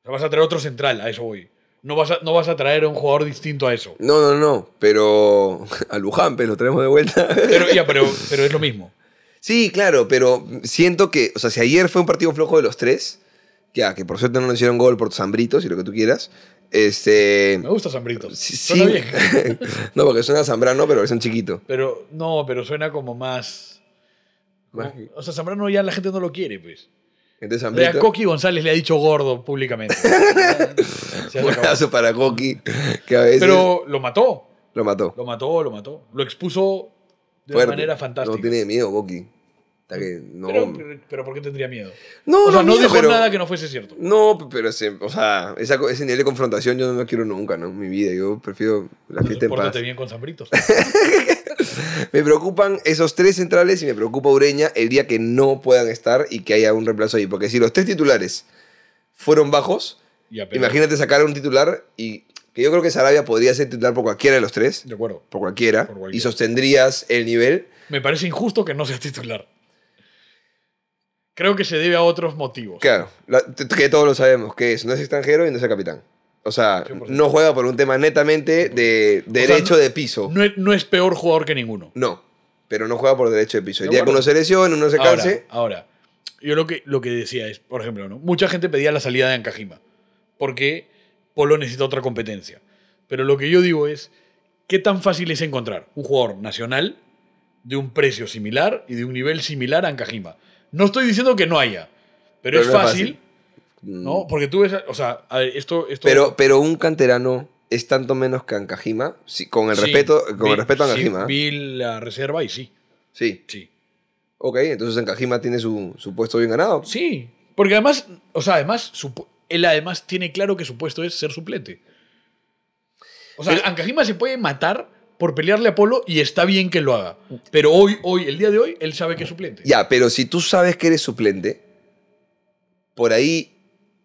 S6: O sea, vas a traer otro central, a eso voy. No vas a, no vas a traer a un jugador distinto a eso.
S5: No, no, no. Pero a Luján, pues, lo traemos de vuelta.
S6: Pero, ya, pero, pero es lo mismo.
S5: sí, claro, pero siento que. O sea, si ayer fue un partido flojo de los tres, ya, que por suerte no nos hicieron gol por Zambritos y lo que tú quieras. Este.
S6: Me gusta Zambrito.
S5: sí-
S6: Suena
S5: sí-
S6: bien.
S5: no, porque suena a Zambrano, pero es un chiquito.
S6: Pero no, pero suena como más.
S5: Más-
S6: como- o sea, Zambrano ya la gente no lo quiere, pues.
S5: Entonces,
S6: O sea,
S5: Zambrito.
S6: Coqui González le ha dicho gordo públicamente. Se
S5: Un
S6: acabó.
S5: abrazo para Coqui, que a veces
S6: pero lo mató.
S5: lo mató.
S6: Lo mató, lo mató. Lo expuso de
S5: Fuerte.
S6: una manera fantástica.
S5: No tiene miedo, Coqui. Hasta que no.
S6: Pero, pero, pero ¿por qué tendría miedo?
S5: no,
S6: o sea, no
S5: miedo,
S6: dijo
S5: pero-
S6: nada que no fuese cierto.
S5: No, pero ese, o sea, esa co- ese nivel de confrontación yo no lo quiero nunca, ¿no? En mi vida. Yo prefiero la fiesta en
S6: Entonces,
S5: paz.
S6: pórtate bien con Zambritos.
S5: Me preocupan esos tres centrales y me preocupa Ureña el día que no puedan estar y que haya un reemplazo ahí. Porque si los tres titulares fueron bajos,
S6: Ya, pero-
S5: imagínate sacar un titular y que yo creo que Sarabia podría ser titular por cualquiera de los tres.
S6: De acuerdo.
S5: Por cualquiera.
S6: Por
S5: Y
S6: cualquiera.
S5: sostendrías el nivel.
S6: Me parece injusto que no sea titular. Creo que se debe a otros motivos.
S5: Claro, la- t- que todos lo sabemos, que es, no es extranjero y no es el capitán. O sea,
S6: 100%.
S5: no juega por un tema netamente de derecho
S6: no-
S5: de piso. No,
S6: No es, no es peor jugador que ninguno.
S5: pero no juega por derecho de piso. El
S6: De
S5: día que
S6: acuerdo.
S5: uno se lesione, uno se
S6: Ahora,
S5: canse.
S6: ahora, yo lo que, lo que decía es, por ejemplo, ¿no? mucha gente pedía la salida de Ancajima porque Polo necesita otra competencia. Pero lo que yo digo es, ¿qué tan fácil es encontrar un jugador nacional de un precio similar y de un nivel similar a Ancajima? No estoy diciendo que no haya, pero,
S5: Pero
S6: es
S5: no es
S6: fácil,
S5: fácil. Mm,
S6: ¿no? Porque tú ves, o sea, a ver, esto, esto
S5: pero, pero un canterano es tanto menos que Ancajima, sí, con el
S6: sí,
S5: respeto, con
S6: vi-
S5: el respeto a
S6: sí,
S5: Ancajima. ¿eh?
S6: Vi la reserva y sí,
S5: Sí.
S6: sí.
S5: Ok, entonces Ancajima tiene su, su puesto bien ganado.
S6: Sí, porque además, o sea, además, su pu- él además tiene claro que su puesto es ser suplente. O sea,
S5: Pero-
S6: Ancajima se puede matar por pelearle a Polo y está bien que lo haga. Pero hoy, hoy, el día de hoy, él sabe que es suplente.
S5: Ya, pero si tú sabes que eres suplente, por ahí,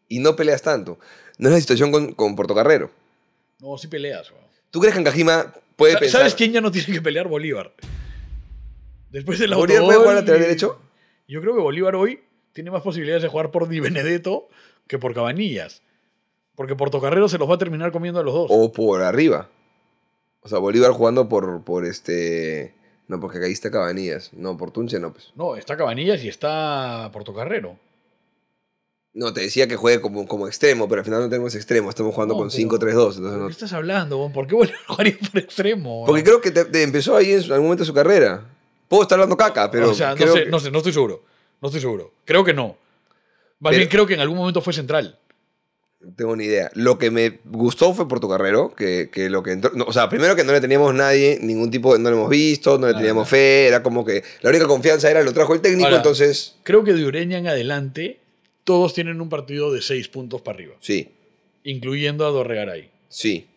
S5: y no peleas tanto. No es la situación con, con Portocarrero.
S6: No, sí peleas. weón.
S5: ¿Tú crees que Ancajima puede
S6: Sa-
S5: pensar?
S6: ¿Sabes quién ya no tiene que pelear? Bolívar. Después del
S5: ¿Bolívar
S6: autogol,
S5: puede jugar lateral derecho?
S6: Yo creo que Bolívar hoy tiene más posibilidades de jugar por Di Benedetto que por Cabanillas. Porque Portocarrero se los va a terminar
S5: Oh.
S6: comiendo a los dos.
S5: O por arriba. O sea, Bolívar jugando por, por este. No, porque acá ahí está Cabanillas. No, por Tunche no, pues.
S6: No, está Cabanillas y está Portocarrero.
S5: No, te decía que juegue como, como extremo, pero al final no tenemos extremo. Estamos jugando
S6: No,
S5: con
S6: pero-
S5: 5-3-2. entonces
S6: ¿De
S5: no-
S6: qué estás hablando? weón? ¿Por qué vuelve a jugar por extremo? weón?
S5: Porque creo que te, te empezó ahí en su- algún momento de su carrera. Puedo estar hablando caca, pero.
S6: o sea, no
S5: creo
S6: sé,
S5: que-
S6: no sé, no estoy seguro. No estoy seguro. Creo que no. Más
S5: Pero-
S6: bien creo que en algún momento fue central.
S5: Tengo ni idea. Lo que me gustó fue por tu carrero, que, que lo que entró- no, o sea, primero que no le teníamos nadie, ningún tipo, de- no lo hemos visto,
S6: Ah,
S5: no le teníamos fe, era como que la única confianza era lo trajo el técnico,
S6: Ahora-
S5: entonces
S6: Creo que de Ureña en adelante todos tienen un partido de seis puntos para arriba,
S5: sí,
S6: incluyendo a Dorregaray.
S5: sí.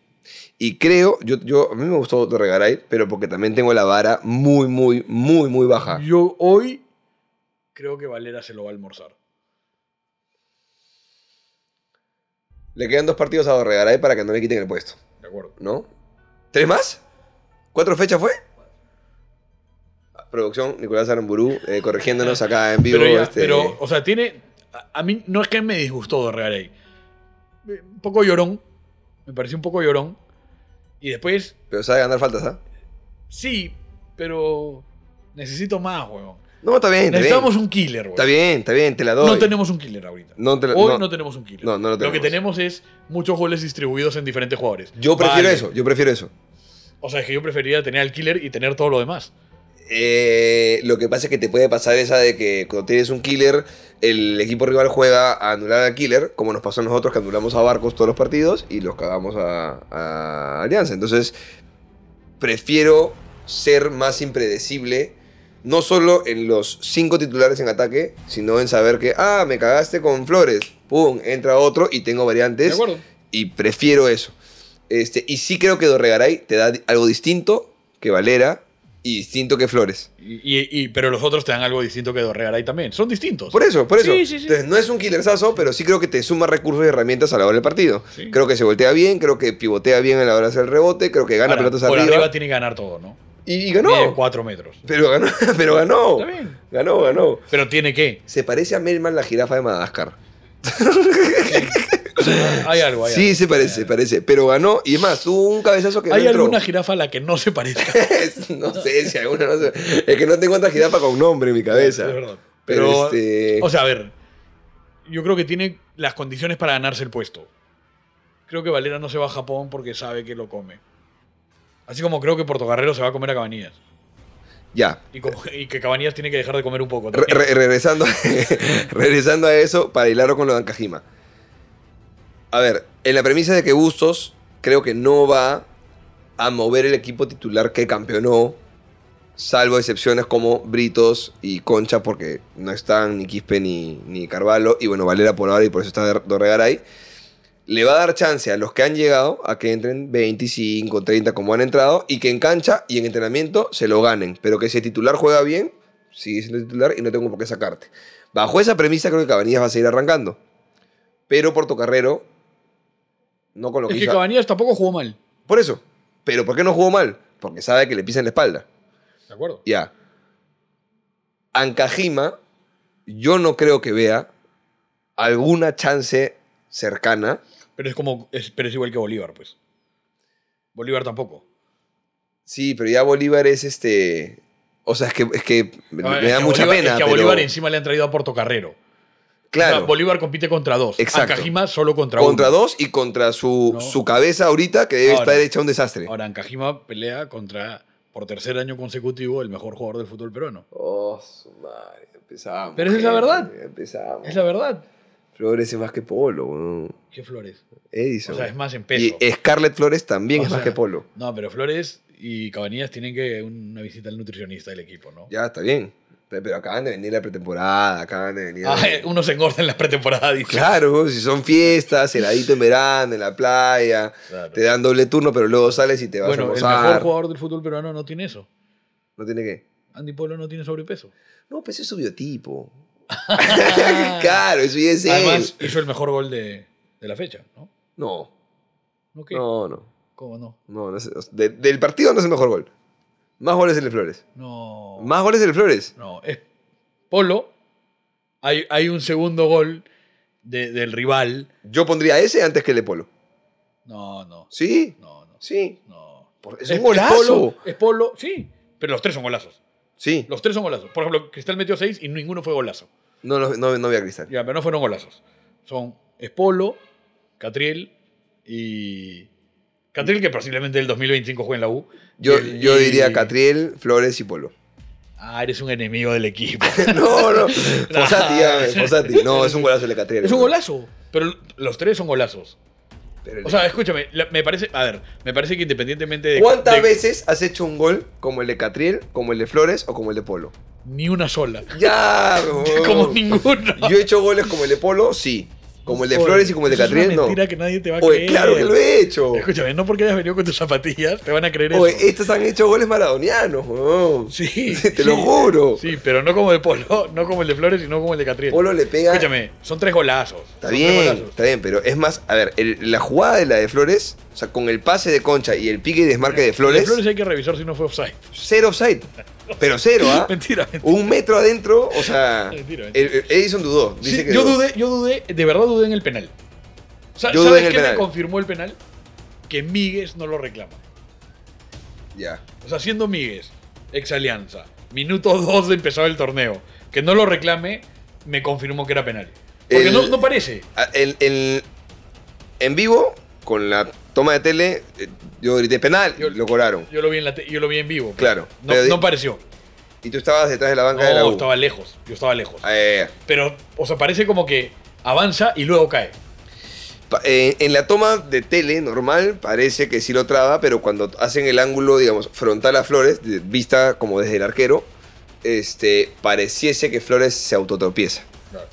S5: Y creo, yo, yo a mí me gustó Torregaray, pero porque también tengo la vara muy, muy, muy, muy baja.
S6: Yo hoy creo que Valera se lo va a almorzar.
S5: Le quedan dos partidos a Dorregaray para que no le quiten el puesto,
S6: De acuerdo.
S5: ¿no? ¿Tres más? ¿Cuatro fechas fue? Ah, Producción, Nicolás Aramburú, eh, corrigiéndonos acá en vivo.
S6: pero, ya-
S5: este,
S6: pero, o sea, tiene. A, a mí no es que me disgustó Dorregaray. Eh, Un poco llorón. Me pareció un poco llorón. Y después,
S5: pero sabe ganar faltas, ¿ah?
S6: sí, pero necesito más, weón.
S5: No, está bien, está bien.
S6: Necesitamos un killer, weón.
S5: Está bien, está bien, te la doy.
S6: No tenemos un killer ahorita.
S5: No te la-
S6: Hoy
S5: no.
S6: no, tenemos un killer.
S5: No, no lo
S6: que
S5: tenemos.
S6: tenemos es muchos goles distribuidos en diferentes jugadores.
S5: Yo prefiero
S6: Vale.
S5: eso, yo prefiero eso.
S6: O sea, es que yo preferiría tener al killer y tener todo lo demás.
S5: Eh, lo que pasa es que te puede pasar esa de que cuando tienes un killer, el equipo rival juega a anular al killer, como nos pasó a nosotros que anulamos a Barcos todos los partidos y los cagamos a, a Alianza. Entonces, prefiero ser más impredecible, no solo en los cinco titulares en ataque, sino en saber que, ah, me cagaste con Flores, pum, entra otro y tengo variantes.
S6: ¿De acuerdo?
S5: y prefiero eso. Este, y sí creo que Dorregaray te da di- algo distinto que Valera y distinto que Flores.
S6: Y, y- y- pero los otros te dan algo distinto que Dorregaray también. Son distintos.
S5: Por eso, por eso.
S6: Sí, sí, sí.
S5: Entonces, no es un killerazo, pero sí creo que te suma recursos y herramientas a la hora del partido.
S6: Sí.
S5: Creo que se voltea bien, creo que pivotea bien a la hora de hacer el rebote, creo que gana
S6: Ahora,
S5: pelotas
S6: por
S5: arriba.
S6: arriba. tiene que ganar todo, ¿no?
S5: y, y
S6: De
S5: ganó.
S6: 4 metros.
S5: Pero ganó, pero ganó.
S6: Está bien.
S5: Ganó, ganó.
S6: Pero tiene que.
S5: Se parece a Melman la jirafa de Madagascar.
S6: Hay algo, hay
S5: Sí,
S6: algo.
S5: se parece, se parece. Pero ganó. Y es más, tuvo un cabezazo que no
S6: Hay
S5: entró.
S6: alguna jirafa a la que no se parezca.
S5: Es- no sé si alguna no sé. Es que no tengo otra jirafa con nombre en mi cabeza.
S6: Es verdad.
S5: Pero,
S6: Pero,
S5: este-
S6: o sea, a ver, yo creo que tiene las condiciones para ganarse el puesto. Creo que Valera no se va a Japón porque sabe que lo come. Así como creo que Portocarrero se va a comer a Cabanillas.
S5: Ya.
S6: Y, como- y que Cabanillas tiene que dejar de comer un poco.
S5: Re-
S6: también.
S5: re- regresando, regresando a eso, para hilarlo con lo de Ancajima. A ver, en la premisa de que Bustos creo que no va a mover el equipo titular que campeonó, salvo excepciones como Britos y Concha, porque no están ni Quispe ni, ni Carvalho, y bueno, Valera por ahora y por eso está Dor- Dorregaray. Le va a dar chance a los que han llegado a que entren 25, 30 como han entrado y que en cancha y en entrenamiento se lo ganen, pero que si el titular juega bien, sigue siendo titular y no tengo por qué sacarte. Bajo esa premisa creo que Cabanillas va a seguir arrancando. Pero Portocarrero, no con lo que
S6: es que
S5: hizo-
S6: Cabanillas tampoco jugó mal.
S5: por eso. Pero ¿por qué no jugó mal? Porque sabe que le pisan la espalda.
S6: ¿De acuerdo?
S5: Ya. Ancajima, yo no creo que vea alguna chance cercana.
S6: Pero es como. Es, pero es igual que Bolívar, pues. Bolívar tampoco.
S5: Sí, pero ya Bolívar es este. O sea, es que, es que me,
S6: A ver,
S5: me
S6: es
S5: da
S6: que a
S5: mucha
S6: Bolívar-
S5: pena.
S6: Es que a
S5: pero-
S6: Bolívar encima le han traído a Portocarrero. O
S5: claro.
S6: sea, Bolívar compite contra dos.
S5: Exacto.
S6: Ancajima solo contra,
S5: contra
S6: uno.
S5: dos y contra su,
S6: No.
S5: su cabeza ahorita, que debe
S6: Ahora.
S5: estar hecha un desastre.
S6: Ahora, Ancajima pelea contra, por tercer año consecutivo, el mejor jugador del fútbol peruano.
S5: Oh, su madre. Empezamos.
S6: Pero esa es la
S5: gente,
S6: verdad.
S5: Empezamos.
S6: Es la verdad.
S5: Flores es más que Polo, weón.
S6: ¿Qué Flores?
S5: Edison.
S6: O sea, es más en
S5: Y
S6: peso.
S5: Scarlett Flores también
S6: O
S5: es más
S6: sea,
S5: que Polo.
S6: No, pero Flores y Cabanillas tienen que una visita al nutricionista del equipo, ¿no?
S5: Ya, está bien. Pe- Pero acaban de venir la pretemporada, acaban de venir...
S6: Ah, eh, uno se engorda en la pretemporada, dice.
S5: Claro, si son fiestas, heladito en verano, en la playa,
S6: Claro.
S5: te dan doble turno, pero luego sales y te vas a
S6: Bueno, el
S5: almorzar.
S6: mejor jugador del fútbol peruano no tiene eso.
S5: No tiene que...
S6: Andy Polo no tiene sobrepeso.
S5: No, pues es su biotipo. claro, eso ya es
S6: Además,
S5: él.
S6: hizo el mejor gol de, de la fecha, ¿no?
S5: No,
S6: ¿No qué?
S5: no, no.
S6: ¿Cómo no?
S5: no, no es- de- del partido no es el mejor gol. Más goles el de Flores.
S6: No.
S5: Más goles el de Flores.
S6: No, es Polo. Hay, hay un segundo gol de- del rival.
S5: Yo pondría ese antes que el de Polo.
S6: No, no.
S5: ¿Sí?
S6: No, no.
S5: Sí.
S6: no.
S5: Por- Es un golazo.
S6: Polo, es Polo, sí. Pero los tres son golazos.
S5: Sí.
S6: Los tres son golazos. Por ejemplo, Cristal metió seis y ninguno fue golazo.
S5: No, no, no, no había cristal.
S6: Ya, pero no fueron golazos. Son Espolo, Catriel y. Catriel, que posiblemente el 2025 juegue en la U.
S5: Yo,
S6: Y-
S5: yo
S6: y-
S5: diría Catriel, Flores y Polo.
S6: Ah, eres un enemigo del equipo.
S5: No, no. Fosati, ya, Fosati. No, es un golazo el de Catriel.
S6: es un golazo. Pero los tres son golazos.
S5: Pero el-
S6: O sea, escúchame, la- me parece. A ver, me parece que independientemente de.
S5: ¿Cuántas
S6: de-
S5: veces has hecho un gol como el de Catriel, como el de Flores o como el de Polo?
S6: Ni una sola.
S5: Ya, huevón.
S6: Como ninguno.
S5: Yo he hecho goles como el de Polo, sí. Como el de
S6: Oye,
S5: Flores y como el de
S6: eso es una
S5: Catriel, no.
S6: mentira que nadie te va a
S5: Oye,
S6: creer.
S5: claro que lo he hecho.
S6: Escúchame, no porque hayas venido con tus zapatillas, te van a creer
S5: Oye,
S6: eso.
S5: estos han hecho goles maradonianos, huevón.
S6: Sí,
S5: Te lo
S6: sí.
S5: juro.
S6: Sí, pero no como el de Polo, no como el de Flores, sino como el de Catriel.
S5: Polo le pega.
S6: Escúchame, son tres golazos.
S5: Está
S6: son
S5: bien,
S6: tres golazos.
S5: está bien, pero es más, a ver, el- la jugada de la de Flores, o sea, con el pase de Concha y el pique y desmarque de
S6: El de
S5: Flores,
S6: Flores hay que revisar si no fue offside.
S5: cero offside. Pero cero, ¿ah?
S6: Mentira, mentira.
S5: Un metro adentro, o sea,
S6: Mentira, mentira.
S5: el- el Edison dudó. Dice
S6: Sí,
S5: que
S6: yo
S5: dudó.
S6: dudé, yo dudé, de verdad dudé en el penal. Sa-
S5: Yo dudé
S6: ¿Sabes
S5: en el
S6: qué me
S5: penal.
S6: confirmó el penal? Que Míguez no lo reclama.
S5: Ya.
S6: O sea, siendo Míguez, ex alianza, minuto 2 de empezar el torneo, que no lo reclame, me confirmó que era penal. Porque
S5: El-
S6: no, no parece.
S5: Ah, el- el- en vivo, con la toma de tele, eh, yo grité penal,
S6: Yo-
S5: lo cobraron.
S6: Yo lo vi en, la te- yo lo vi en vivo.
S5: Claro,
S6: No,
S5: pero di-
S6: no pareció.
S5: Y tú estabas detrás de la banca de la
S6: No,
S5: U.
S6: Oh, estaba lejos. Yo estaba lejos.
S5: Eh,
S6: Pero, o sea, parece como que avanza y luego cae.
S5: pa- eh, en la toma de tele normal parece que sí lo traba, pero cuando hacen el ángulo, digamos, frontal a Flores, de- vista como desde el arquero, este, pareciese que Flores se autotropieza.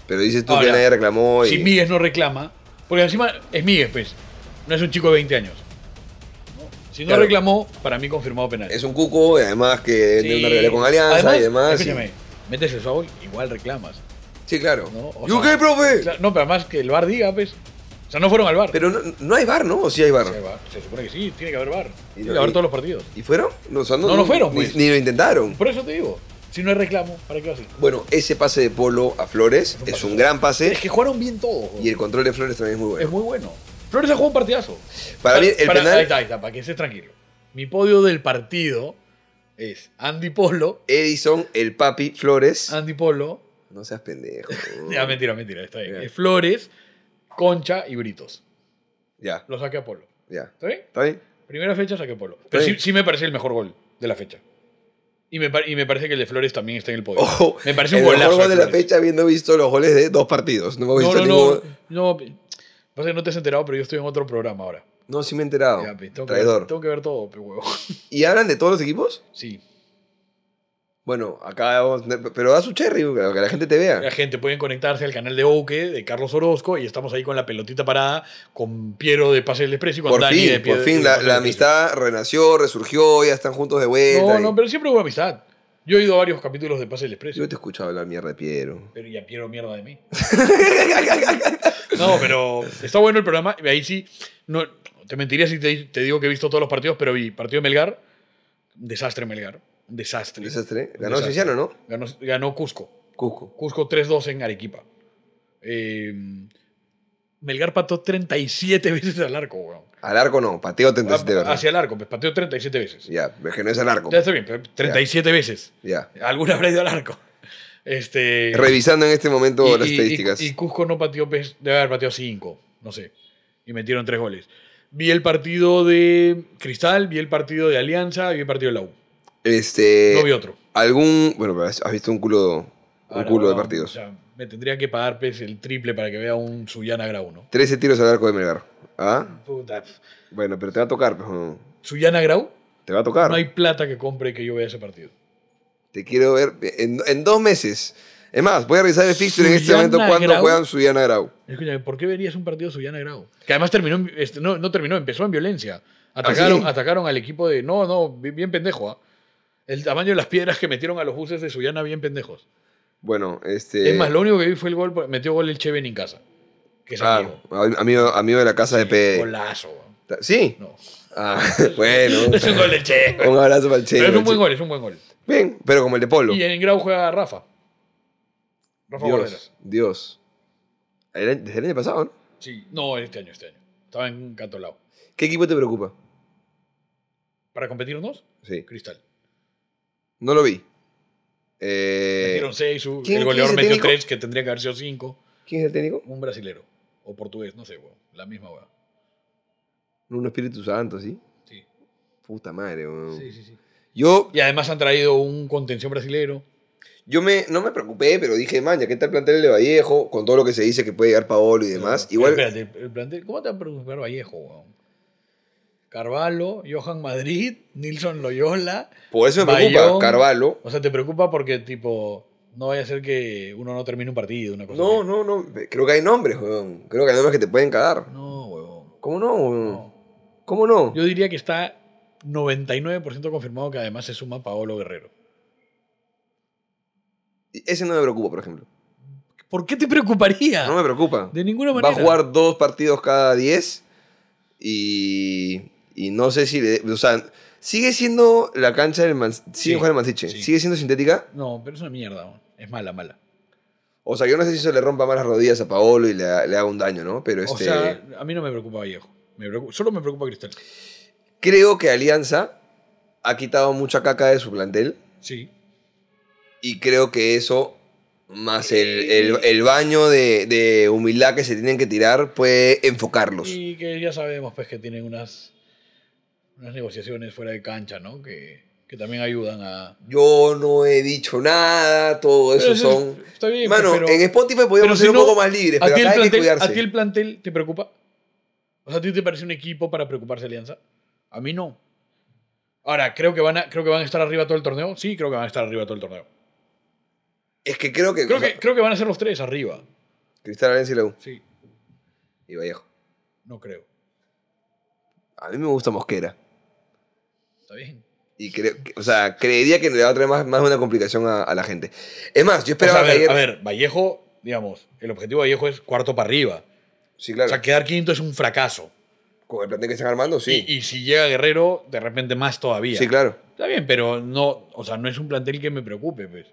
S5: Pero dices tú que
S6: Ahora,
S5: nadie reclamó y...
S6: Si Míguez no reclama, porque encima es Míguez, pues. No es un chico de 20 años. Si no
S5: Claro.
S6: reclamó, para mí confirmado penal.
S5: Es un cuco, y además que tiene
S6: Sí.
S5: una rivalidad con Alianza y demás.
S6: Escúchame,
S5: y-
S6: metes el foul, igual reclamas.
S5: Sí, claro.
S6: ¿no? O
S5: ¿Y un
S6: sea,
S5: qué, profe?
S6: claro, No, pero además que el bar diga, pues. O sea, no fueron al bar.
S5: Pero no, no hay bar, ¿no? ¿O sí hay bar?
S6: O sea, va- se supone que sí, tiene que haber bar.
S5: Y
S6: Tiene que
S5: no-
S6: haber
S5: y-
S6: todos los partidos.
S5: ¿Y fueron? No, o sea,
S6: No, no fueron,
S5: ni-
S6: pues.
S5: Ni, lo intentaron.
S6: Por eso te digo, si no hay reclamo, ¿para qué va a ser?
S5: Bueno, ese pase de Polo a Flores es un gran pase.
S6: Es que jugaron bien todos.
S5: Y el control de Flores también es muy
S6: Es
S5: bueno.
S6: muy bueno. Flores ha jugado un partidazo.
S5: Para mí, el
S6: Ahí está,
S5: penal,
S6: ahí está, para que estés tranquilo. Mi podio del partido es Andy Polo.
S5: Edison, el papi, Flores.
S6: Andy Polo.
S5: No seas pendejo.
S6: Ah. Ya, mentira, mentira. Está bien.
S5: Bien.
S6: Es Flores, Concha y Britos.
S5: Ya,
S6: Lo saqué a Polo.
S5: ya.
S6: ¿Está bien?
S5: ¿Está bien?
S6: Primera fecha saqué a Polo. Pero
S5: Sí.
S6: sí, sí me parece el mejor gol de la fecha. Y me, par- y me parece que el de Flores también está en el podio.
S5: Ojo,
S6: me parece un
S5: el mejor
S6: golazo.
S5: gol de la
S6: Flores.
S5: fecha pues, este habiendo visto los goles de dos partidos. No hemos
S6: No,
S5: visto
S6: no, no,
S5: ningún...
S6: no. Pasa que no te has enterado, pero yo estoy en otro programa ahora.
S5: No, sí me he enterado.
S6: Ya, pe, tengo, que ver,
S5: Traidor.
S6: tengo que ver todo, pe huevo.
S5: ¿Y hablan de todos los equipos?
S6: Sí.
S5: Bueno, acá vamos... Pero da su cherry, para que la gente te
S6: La
S5: vea.
S6: gente pueden conectarse al canal de Oke, de Carlos Orozco, y estamos ahí con la pelotita parada, con Piero de Pase del Expreso y con
S5: Por
S6: Dani de
S5: fin,
S6: Pie-
S5: por
S6: de
S5: fin, la,
S6: Pase del
S5: la
S6: Expreso.
S5: amistad renació, resurgió, ya están juntos de vuelta.
S6: No,
S5: y-
S6: no, pero siempre hubo amistad. Yo he ido a varios capítulos de Pase del Expreso.
S5: Yo te he escuchado hablar mierda de Piero.
S6: Pero ya Piero mierda de mí. no, pero está bueno el programa. y Ahí sí, no, te mentiría si te, te digo que he visto todos los partidos, pero vi partido de Melgar, un desastre Melgar, un desastre.
S5: Un desastre. ¿eh?
S6: Un
S5: Ganó
S6: desastre.
S5: Cienciano, ¿no?
S6: Ganó, ganó Cusco.
S5: Cusco.
S6: Cusco 3-2 en Arequipa. Eh, Melgar pató 37 veces al arco, weón.
S5: Al arco no, pateo 37
S6: Ah,
S5: ¿verdad?
S6: Hacia el arco, pues pateó 37 veces.
S5: Ya, es que no es al arco.
S6: Ya está bien, pero 37 veces.
S5: Ya.
S6: Alguna habrá ido al arco. Este,
S5: Revisando en este momento
S6: y-
S5: las
S6: y-
S5: estadísticas.
S6: Y, y Cusco no pateó, pues, debe haber pateado 5, no sé. Y metieron 3 goles. Vi el partido de Cristal, vi el partido de Alianza, vi el partido de la U.
S5: este.
S6: no vi otro.
S5: Algún. Bueno, pero has has visto un culo. Un
S6: Ahora,
S5: culo de
S6: weón,
S5: partidos.
S6: o sea, me tendría que pagar pues, el triple para que vea un Suyana Grau, ¿no?
S5: 13 tiros al arco de Melgar. ¿Ah?
S6: Puta.
S5: Bueno, pero te va a tocar, pues, no.
S6: Suyana Grau,
S5: Te va a tocar.
S6: no hay plata que compre que yo vea ese partido.
S5: Te quiero ver en, en dos meses. Es más, voy a revisar el fixture en este
S6: Suyana
S5: momento cuando
S6: Grau.
S5: juegan Suyana Grau.
S6: Escúchame, ¿por qué verías un partido de Suyana Grau? Que además terminó, en- este, no, no terminó, empezó en violencia. Atacaron,
S5: ¿Ah, sí?
S6: atacaron al equipo de. No, no, bi- bien pendejo. ¿ah? El tamaño de las piedras que metieron a los buses de Suyana, bien pendejos.
S5: Bueno, este.
S6: Es más, lo único que vi fue el gol, por- metió gol el Cheven en casa. Que es
S5: Claro, ah, amigo, amigo de la casa de
S6: amigo.
S5: P.
S6: Golazo. weón.
S5: ¿Sí?
S6: No.
S5: Ah, bueno.
S6: Es un gol del Che.
S5: Un abrazo para el Che. para
S6: Pero es un
S5: el
S6: buen
S5: Che.
S6: gol, es un buen gol.
S5: Bien, pero como el de Polo.
S6: Y en Grau juega Rafa. Rafa Guarderas.
S5: Dios, Dios. El- Desde el año pasado, ¿no?
S6: Sí, no, este año, este año. Estaba en Cantolao.
S5: ¿Qué equipo te preocupa?
S6: ¿Para competirnos?
S5: Sí.
S6: Cristal.
S5: No lo vi. Eh,
S6: Metieron seis, su-
S5: ¿quién-
S6: el
S5: quién
S6: goleador
S5: es el
S6: metió
S5: técnico?
S6: tres, que tendría que haber sido cinco.
S5: ¿Quién es el técnico?
S6: Un brasilero. O portugués, no sé, weón. La misma weón.
S5: Un Espíritu Santo, ¿sí?
S6: Sí.
S5: Puta madre, weón.
S6: Sí, sí, sí.
S5: Yo,
S6: Y además han traído un contención brasilero.
S5: yo me, no me preocupé, pero dije, man, ya que está el plantel de Vallejo, con todo lo que se dice que puede llegar Paolo y demás.
S6: Pero,
S5: Igual,
S6: espérate, el- el plantel- ¿cómo te va a preocupar Vallejo, weón? Carvalho, Johan Madrid, Nilson Loyola.
S5: por eso me preocupa
S6: Bayón.
S5: Carvalho.
S6: O sea, te preocupa porque, tipo, no vaya a ser que uno no termine un partido, una cosa
S5: No,
S6: así.
S5: no, no. Creo que hay nombres, weón. Creo que hay nombres que te pueden cagar.
S6: No, weón.
S5: ¿Cómo no, weón?
S6: No.
S5: ¿Cómo no?
S6: Yo diría que está 99% confirmado que además se suma Paolo Guerrero.
S5: Ese no me preocupa, por ejemplo.
S6: ¿Por qué te preocuparía?
S5: No me preocupa.
S6: Ah. De ninguna
S5: Va
S6: manera.
S5: a jugar dos partidos cada 10 y, y no sé si le... O sea, sigue siendo la cancha del Man, sigue
S6: Sí,
S5: jugando el Mansiche,
S6: sí.
S5: sigue siendo sintética.
S6: No, pero es una mierda. weón. Es mala, mala.
S5: O sea, yo no sé si eso le rompa más las rodillas a Paolo y le, ha- le haga un daño, ¿no? Pero
S6: O
S5: este,
S6: sea, a mí no me preocupa Vallejo. Me preocupa- solo me preocupa Cristal.
S5: creo que Alianza ha quitado mucha caca de su plantel
S6: Sí.
S5: y creo que eso, más el,
S6: Eh,
S5: el- el baño de, de humildad que se tienen que tirar, puede enfocarlos.
S6: Y que ya sabemos pues que tienen unas, unas negociaciones fuera de cancha, ¿no? Que, que también ayudan a...
S5: Yo no he dicho nada, todo eso
S6: Pero eso
S5: son...
S6: Está bien,
S5: Mano,
S6: pero-
S5: en Spotify
S6: pero
S5: podíamos
S6: si
S5: ser
S6: no,
S5: un poco más libres,
S6: ¿a
S5: pero
S6: ti el
S5: acá hay que
S6: plantel-
S5: cuidarse.
S6: ¿A ti el plantel te preocupa? O sea, ¿a ti te parece un equipo para preocuparse Alianza? A mí no. Ahora, creo que van a, creo que van a estar arriba todo el torneo. Sí, creo que van a estar arriba todo el torneo.
S5: Es que creo que,
S6: Creo
S5: o sea,
S6: que, creo que van a ser los tres arriba.
S5: Cristal Valencia y la U
S6: Sí,
S5: y Vallejo.
S6: no creo.
S5: A mí me gusta Mosquera.
S6: Está bien.
S5: Y creo, que- o sea, creería que le va a traer más, más una complicación a, a la gente. Es más, yo
S6: O sea,
S5: esperaba
S6: a, ver,
S5: que ayer-
S6: a ver, Vallejo, digamos, el objetivo de Vallejo es cuarto para arriba.
S5: Sí, claro.
S6: O sea, quedar quinto es un fracaso.
S5: con el plantel que están armando, sí.
S6: Y, y si llega Guerrero, de repente más todavía.
S5: sí, claro.
S6: Está bien, pero no, o sea, no es un plantel que me preocupe, pues.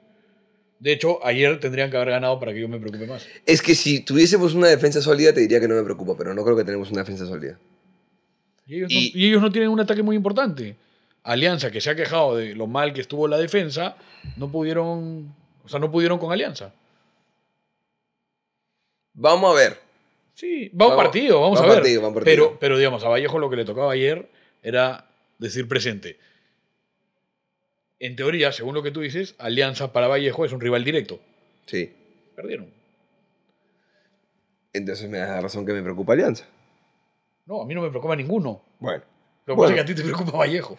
S6: De hecho, ayer tendrían que haber ganado para que yo me preocupe más.
S5: Es que si tuviésemos una defensa sólida, te diría que no me preocupa, pero no creo que tenemos una defensa sólida.
S6: Y ellos,
S5: Y-
S6: no, y ellos no tienen un ataque muy importante. Alianza, que se ha quejado de lo mal que estuvo la defensa, no pudieron, o sea, no pudieron con Alianza.
S5: Vamos a ver.
S6: Sí, va un
S5: Vamos-
S6: partido, vamos
S5: va
S6: a
S5: un
S6: ver.
S5: partido, va un partido.
S6: Pero, pero digamos, a Vallejo lo que le tocaba ayer era decir presente. En teoría, según lo que tú dices, Alianza para Vallejo es un rival directo.
S5: Sí.
S6: Perdieron.
S5: Entonces me das la razón que me preocupa Alianza.
S6: No, a mí no me preocupa ninguno.
S5: Bueno.
S6: Lo que
S5: Bueno.
S6: pasa es que a ti te preocupa Vallejo.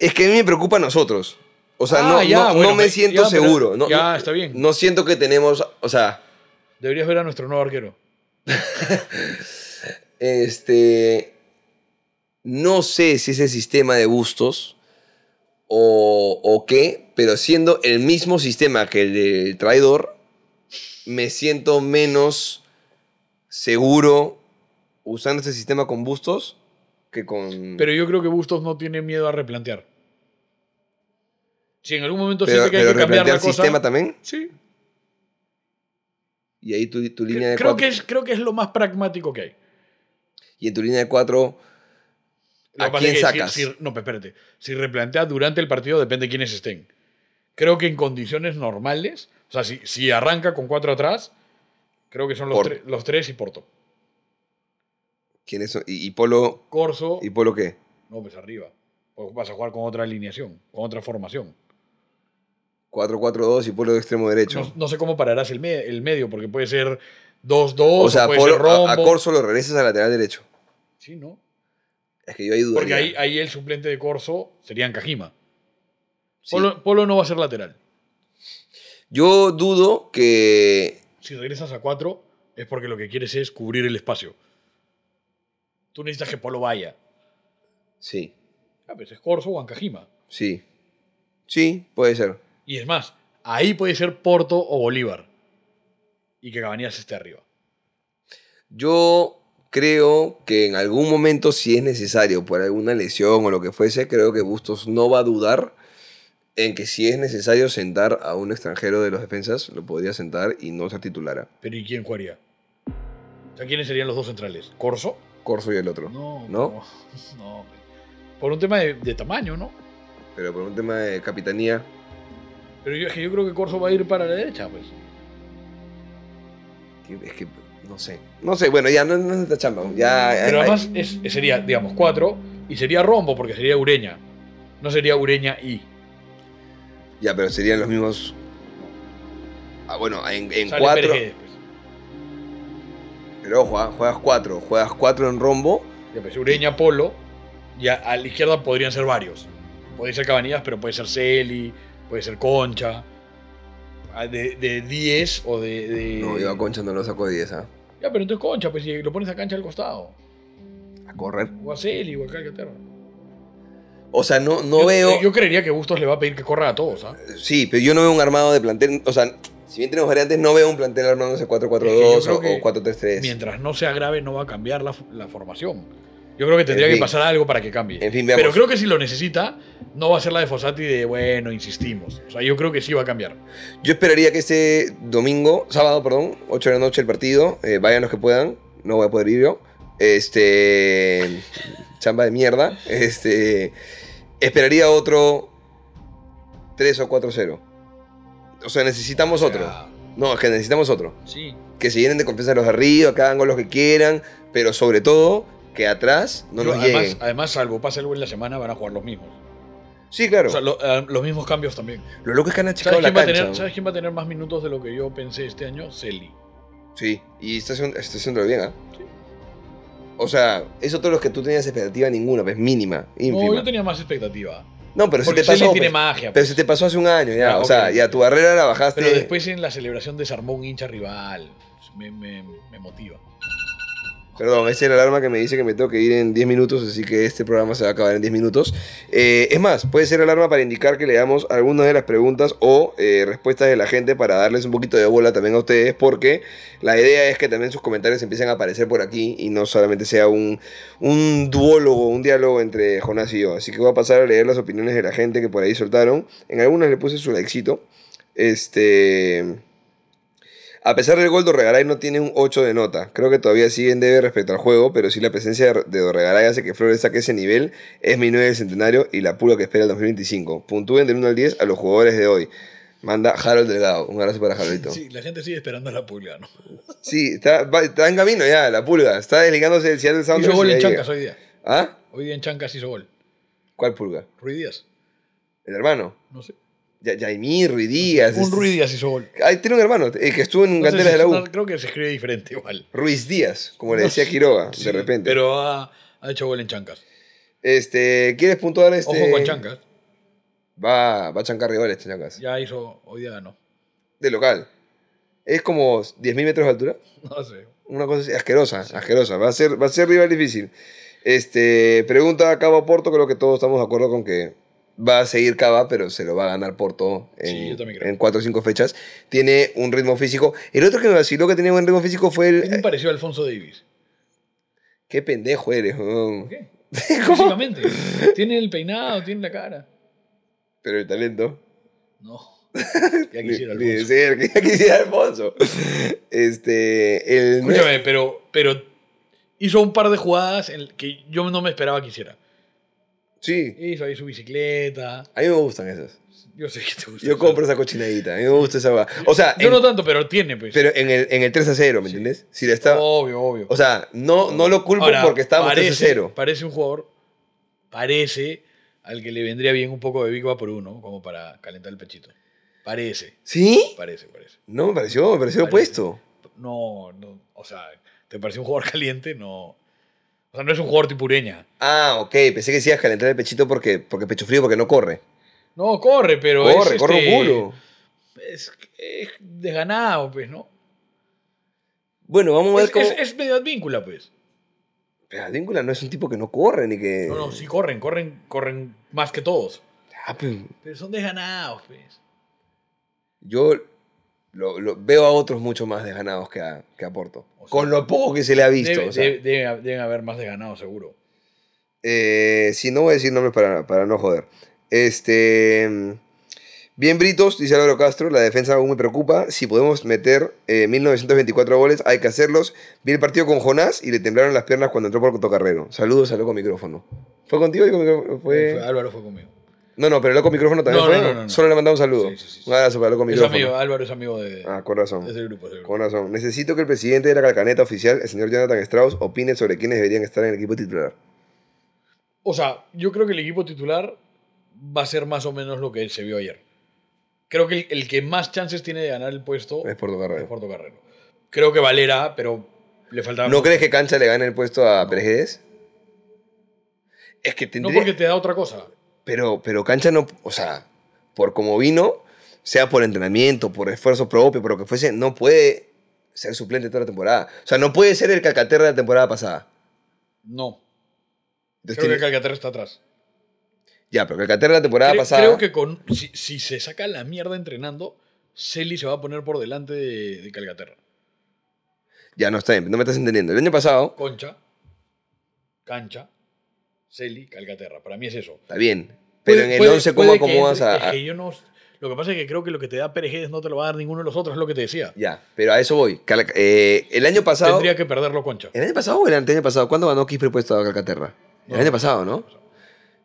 S5: Es que a mí me preocupa a nosotros. O sea,
S6: Ah,
S5: no,
S6: ya,
S5: no,
S6: bueno,
S5: no me
S6: pe-
S5: siento
S6: ya, pero-
S5: seguro. No,
S6: ya,
S5: no-
S6: está bien.
S5: No siento que tenemos, o sea,
S6: Deberías ver a nuestro nuevo arquero.
S5: Este. No sé si ese sistema de gustos o, o qué, pero siendo el mismo sistema que el del traidor, me siento menos seguro usando ese sistema con bustos que con.
S6: Pero yo creo que Bustos no tiene miedo a replantear. Si en algún momento
S5: pero-
S6: siente que
S5: pero
S6: hay que cambiar
S5: replantear
S6: la cosa.
S5: sistema también.
S6: Sí.
S5: Y ahí tu, tu línea de
S6: Cre- Creo
S5: cuatro-
S6: que, es, creo que es lo más pragmático que hay.
S5: Y en tu línea de cuatro.
S6: Lo
S5: ¿A
S6: que pasa
S5: quién
S6: es que si-
S5: sacas?
S6: si- no, pero espérate. Si replantea durante el partido, depende de quiénes estén. Creo que en condiciones normales, o sea, si, si arranca con cuatro atrás, creo que son los,
S5: Porto.
S6: tre- los tres y Porto.
S5: ¿Quiénes son? Y, y Polo.
S6: Corso,
S5: ¿Y Polo qué?
S6: no, pues arriba. O vas a jugar con otra alineación, con otra formación.
S5: 4-4-2 y Polo de extremo derecho.
S6: No, no sé cómo pararás el, me- el medio, porque puede ser 2-2,
S5: O
S6: o
S5: sea,
S6: puede
S5: Polo-
S6: ser rombo.
S5: a, a Corso lo regresas al lateral derecho.
S6: Sí, ¿no?
S5: Es que yo ahí dudaría.
S6: Porque ahí, ahí el suplente de Corso sería en Cajima.
S5: Sí.
S6: Polo, Polo no va a ser lateral.
S5: Yo dudo que.
S6: Si regresas a 4 es porque lo que quieres es cubrir el espacio. Tú necesitas que Polo vaya.
S5: Sí,
S6: Ah, pues es Corso o Ancajima.
S5: sí. Sí, puede ser.
S6: Y es más, ahí puede ser Porto o Bolívar. Y que Cabanías esté arriba.
S5: Yo creo que en algún momento, si es necesario, por alguna lesión o lo que fuese, creo que Bustos no va a dudar en que si es necesario sentar a un extranjero de los defensas, lo podría sentar y no ser ¿ah? titulara.
S6: Pero ¿y quién jugaría? O sea, ¿quiénes serían los dos centrales? ¿Corso?
S5: Corso y el otro.
S6: No.
S5: ¿No?
S6: No. no, pe- Por un tema de, de tamaño, ¿no?
S5: Pero por un tema de capitanía,
S6: Pero yo, es que yo creo que Corso va a ir para la derecha,
S5: Eh,
S6: pues.
S5: Que- Es que no sé. No sé, bueno, ya no, no es nuestra chamba. Ya,
S6: Pero
S5: ay, ay.
S6: además es- sería, digamos, cuatro y sería rombo porque sería Ureña. No sería Ureña y.
S5: ya, pero serían los mismos. Ah, bueno, en, en
S6: Sale
S5: cuatro.
S6: Pérez Guedes, pues.
S5: Pero ojo, ah, juegas cuatro. Juegas cuatro en rombo.
S6: Ya, pues, Ureña, Polo. Y a, a la izquierda podrían ser varios. Puede ser Cabanillas, pero puede ser Celi, puede ser Concha. Ah, De de 10 o de. de-
S5: No, yo a Concha no lo saco de 10, ¿ah?
S6: Ya, pero entonces Concha, pues si lo pones a cancha al costado.
S5: A correr.
S6: O a Celi o a Calcaterra.
S5: O sea, no, no
S6: yo, eh,
S5: veo.
S6: Yo creería que Bustos le va a pedir que corra a todos, ¿ah?
S5: Sí, pero yo no veo un armado de plantel. O sea, si bien tenemos variantes, no veo un plantel armándose 4-4-2
S6: Es que yo
S5: o,
S6: creo
S5: o
S6: que
S5: 4-3-3.
S6: Mientras no sea grave, no va a cambiar la, la formación. Yo creo que tendría
S5: En
S6: que
S5: fin.
S6: pasar algo para que cambie.
S5: En fin, veamos.
S6: Pero creo que si lo necesita, no va a ser la de Fossati de, bueno, insistimos. O sea, yo creo que sí va a cambiar.
S5: Yo esperaría que este domingo, sábado, perdón, 8 de la noche el partido, eh, vayan los que puedan, no voy a poder ir yo. Este. chamba de mierda. Este. Esperaría otro 3 o 4-0. O sea, necesitamos otro.
S6: Ah,
S5: No, es que necesitamos otro.
S6: Sí.
S5: Que se llenen de confianza los de arriba, que hagan con los que quieran, pero sobre todo que atrás no
S6: Yo,
S5: nos
S6: además,
S5: lleguen.
S6: además, salvo pase algo en la semana, van a jugar los mismos.
S5: Sí, claro.
S6: O sea, lo- ah, los mismos cambios también.
S5: Lo loco es que han achicado
S6: ¿Sabes
S5: la
S6: quién, va a
S5: cancha.
S6: tener,
S5: ¿no?
S6: sabes quién va a tener más minutos de lo que yo pensé este año? Celi.
S5: Sí, y está haciendo, está haciéndolo bien, ¿ah? O sea, eso todo lo que tú tenías expectativa ninguna, pues mínima, ínfima.
S6: No,
S5: No,
S6: yo tenía más expectativa.
S5: pero se
S6: Porque
S5: te
S6: Celi
S5: pasó.
S6: tiene
S5: pues.
S6: magia.
S5: pero se te pasó eh. hace un año ya,
S6: Ah,
S5: o sea,
S6: ok.
S5: ya tu barrera la bajaste.
S6: Pero después en la celebración desarmó un hincha rival. Me, me- me motiva.
S5: Perdón, esa es la alarma que me dice que me tengo que ir en 10 minutos, así que este programa se va a acabar en 10 minutos. Eh, es más, puede ser alarma para indicar que le damos algunas de las preguntas o eh, respuestas de la gente para darles un poquito de bola también a ustedes, porque la idea es que también sus comentarios empiecen a aparecer por aquí y no solamente sea un, un duólogo, un diálogo entre Jonás y yo. Así que voy a pasar a leer las opiniones de la gente que por ahí soltaron. En algunas le puse su likecito. Este. A pesar del gol, Dorregaray no tiene un 8 de nota. Creo que todavía sigue en debe respecto al juego, pero sí la presencia de- de Dorregaray hace que Flores saque ese nivel. Es mi 9 del centenario y la pura que espera el 2025. Puntúen del 1 al 10 a los jugadores de hoy. Manda Harold Delgado. Un abrazo para Haroldito. Sí,
S6: Sí, la gente sigue esperando a la pulga, ¿no?
S5: está, va- está en camino ya, la pulga. Está desligándose del Seattle Sounders.
S6: Hizo gol
S5: y
S6: en
S5: ya
S6: Chancas
S5: llega.
S6: hoy día.
S5: ¿Ah?
S6: Hoy día en Chancas hizo gol.
S5: ¿Cuál pulga?
S6: Ruiz Díaz.
S5: ¿El hermano?
S6: No sé.
S5: Ya- Yaimir, Ruiz Díaz.
S6: Un
S5: este-
S6: Ruiz Díaz hizo gol.
S5: Ay, tiene un hermano eh, que estuvo en
S6: No sé
S5: Canteras de
S6: si-
S5: la U.
S6: no, creo que se escribe diferente igual.
S5: Ruiz Díaz, como le
S6: No
S5: decía
S6: sé.
S5: Quiroga,
S6: Sí,
S5: de repente.
S6: Pero ha, ha hecho gol en Chancas.
S5: Este, ¿quieres puntuar este?
S6: Ojo con Chancas.
S5: Va, va a chancar rivales, este Chancas.
S6: Ya hizo, hoy día ganó.
S5: De local. Es como 10.000 metros de altura.
S6: No sé.
S5: Una cosa así, asquerosa, asquerosa. Va a ser, va a ser rival difícil. Este, pregunta a Cava Porto, creo que todos estamos de acuerdo con que va a seguir Cava, pero se lo va a ganar Porto en,
S6: Sí, yo también creo.
S5: en cuatro o cinco fechas. Tiene un ritmo físico. El otro que me vaciló que tenía buen ritmo físico fue
S6: Es muy
S5: el...
S6: parecido a Alfonso Davis.
S5: Qué pendejo eres, weón.
S6: ¿Por qué? Físicamente. Tiene el peinado, tiene la cara.
S5: Pero el talento.
S6: No. Ya quisiera
S5: Ni- ni de
S6: Alfonso.
S5: cerca, ya quisiera Alfonso. Este, el...
S6: Escúchame, pero, pero hizo un par de jugadas en que yo no me esperaba que hiciera.
S5: Sí,
S6: Hizo ahí su bicicleta.
S5: a mí me gustan esas.
S6: Yo sé que te gusta.
S5: Yo
S6: eso.
S5: compro esa cochinadita, a mí me gusta esa va. O sea,
S6: Yo
S5: en-
S6: no tanto, pero tiene, pues.
S5: pero en el, en el 3 a 0, ¿me entiendes? Si le está...
S6: obvio, obvio.
S5: O sea, no, no lo culpo
S6: Oh. Ahora,
S5: porque estábamos 3 a
S6: parece-
S5: 0.
S6: Parece un jugador, parece al que le vendría bien un poco de Big por uno, como para calentar el pechito. Parece,
S5: ¿Sí?
S6: parece, parece.
S5: No, me pareció, me pareció lo
S6: Parece.
S5: opuesto.
S6: No, no, o sea, ¿te parece un jugador caliente? No. O sea, no es un jugador tipo Ureña.
S5: Ah, ok, pensé que decías calentar el pechito porque, porque pecho frío, porque no corre.
S6: No, corre, pero es.
S5: corre, corre
S6: este,
S5: un culo.
S6: Es, es desganado, pues, ¿no?
S5: Bueno, vamos a ver
S6: Es,
S5: cómo...
S6: es, es medio advíncula, pues.
S5: Pero Advíncula no es un tipo que no corre ni que...
S6: No, no, sí corren, corren, corren más que todos.
S5: Ah, pero-
S6: Pero son desganados, pues.
S5: Yo lo, lo- veo a otros mucho más desganados que a, que a Porto.
S6: O sea,
S5: con lo poco que se le ha visto.
S6: Debe-
S5: o sea.
S6: debe- debe- deben haber más desganados, seguro.
S5: Eh, si no voy a decir nombres para, para no joder. Este. mm, Bien, Britos, dice Álvaro Castro, la defensa aún me preocupa. Si podemos meter eh, 1924 goles, hay que hacerlos. Vi el partido con Jonás y le temblaron las piernas cuando entró por Cotocarrero. Saludos, salió con micrófono. ¿Fue contigo? o con micrófono?
S6: Eh, Fue-
S5: Fue...
S6: Álvaro fue conmigo.
S5: No, no, pero el loco micrófono también
S6: No,
S5: fue.
S6: no, no, no.
S5: Solo le mandamos un saludo.
S6: Sí, sí, sí, sí.
S5: Un abrazo para el loco
S6: Es
S5: micrófono.
S6: amigo, eh. Álvaro es amigo de,
S5: Ah, con razón.
S6: de ese grupo. ese grupo.
S5: Con razón. Necesito que el presidente de la calcaneta oficial, el señor Jonathan Strauss, opine sobre quiénes deberían estar en el equipo titular.
S6: O sea, yo creo que el equipo titular va a ser más o menos lo que se vio ayer. Creo que el, el que más chances tiene de ganar el puesto
S5: Es Porto Carrero.
S6: es Porto Carrero. Creo que Valera, pero le faltaba.
S5: ¿No crees que Cancha le gane el puesto a Perejdes? Es que
S6: No
S5: tendría...
S6: porque te da otra cosa.
S5: pero, pero Cancha no... O sea, por como vino, sea por entrenamiento, por esfuerzo propio, por lo que fuese, no puede ser suplente toda la temporada. O sea, no puede ser el Calcaterra de la temporada pasada.
S6: No.
S5: Entonces
S6: Creo que
S5: tiene-
S6: Calcaterra está atrás.
S5: Ya, pero Calcaterra de la temporada
S6: Cre-
S5: pasada...
S6: Creo que con, si, si se saca la mierda entrenando, Celi se va a poner por delante de, de Calcaterra.
S5: Ya, no está bien, no me estás entendiendo. El año pasado,
S6: Concha, Cancha, Celi, Calcaterra. Para mí es eso.
S5: está bien. Pero
S6: Puede-
S5: en el
S6: puede-
S5: 11, ¿cómo
S6: puede que
S5: acomodas
S6: entre-
S5: a-
S6: es
S5: a
S6: que yo no- lo que pasa es que creo que lo que te da Pérez no te lo va a dar ninguno de los otros, es lo que te decía.
S5: Ya, pero a eso voy. Cala- eh, el año pasado.
S6: Tendría que perderlo Concha.
S5: ¿El año pasado o el año pasado? ¿Cuándo ganó Quispe puesto a Calcaterra? El año pasado, ¿no?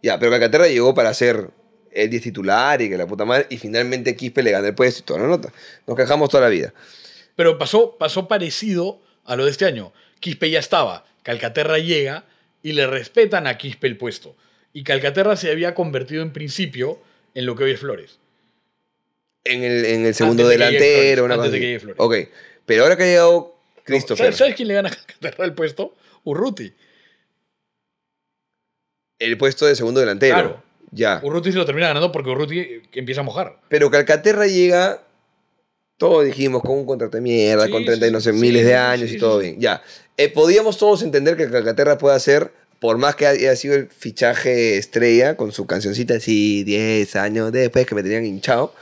S5: Ya, pero Calcaterra llegó para ser el 10 titular y que la puta madre. Y finalmente Quispe le ganó el puesto y toda la nota. Nos quejamos toda la vida.
S6: Pero pasó, pasó parecido a lo de este año. Quispe ya estaba, Calcaterra llega y le respetan a Quispe el puesto. Y Calcaterra se había convertido en principio en lo que hoy es Flores.
S5: En el, en el segundo
S6: de que llegue
S5: delantero, una
S6: Flores, antes
S5: cosa
S6: de
S5: así.
S6: que llegue Flores.
S5: Ok, pero ahora que ha llegado Christopher,
S6: ¿Sabes, sabes quién le gana a Calcaterra el puesto? Urruti.
S5: el puesto de segundo delantero.
S6: Claro.
S5: Ya.
S6: Urruti se lo termina ganando porque Urruti eh, empieza a mojar.
S5: Pero Calcaterra llega, todos dijimos, con un contrato de mierda,
S6: Sí,
S5: con 30 y no
S6: sí,
S5: sé,
S6: sí,
S5: miles de
S6: sí,
S5: años
S6: sí,
S5: y todo
S6: sí.
S5: bien. Ya. Eh, podíamos todos entender que Calcaterra pueda ser, por más que haya sido el fichaje estrella, con su cancioncita así, 10 años después que me tenían hinchado,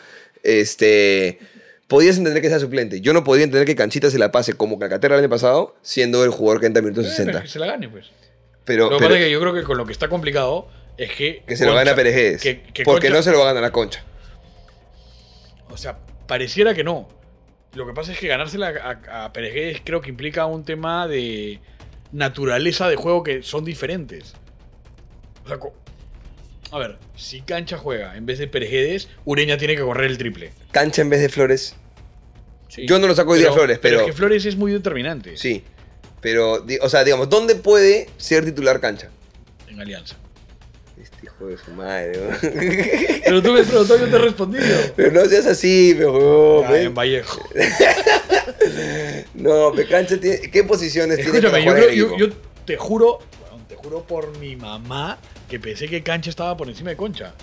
S5: este. Podías entender que sea suplente. Yo no podía entender que Canchita se la pase como Calcaterra el año pasado, siendo el jugador que entra en minutos
S6: Eh, pero
S5: 60.
S6: que se la gane, pues.
S5: Pero,
S6: Lo que
S5: pero
S6: pasa es que yo creo que con lo que está complicado es que.
S5: que se lo gana
S6: Concha-
S5: Perejedes.
S6: que- que
S5: Porque
S6: Concha-
S5: no se lo va a ganar a Concha.
S6: O sea, pareciera que no. Lo que pasa es que ganársela a, a Pérez Guedes creo que implica un tema de naturaleza de juego que son diferentes. O sea, co- a ver, si Cancha juega en vez de Pérez Guedes, Ureña tiene que correr el triple.
S5: Cancha en vez de Flores. Yo no lo saco hoy día a Flores, pero-
S6: es que Flores es muy determinante
S5: Sí. Pero, di- o sea, digamos, ¿dónde puede ser titular cancha?
S6: en Alianza.
S5: Este hijo de su madre, weón.
S6: Pero tú me has preguntado, yo te he respondido.
S5: Pero no seas así, pe, weón,
S6: Ah,
S5: pe.
S6: en Vallejo.
S5: No, pe, cancha tiene. ¿Qué posiciones tiene para
S6: Escúchame, yo,
S5: jugar en el
S6: creo- yo-
S5: equipo?
S6: yo te juro, weón, te juro por mi mamá que pensé que Cancha estaba por encima de Concha.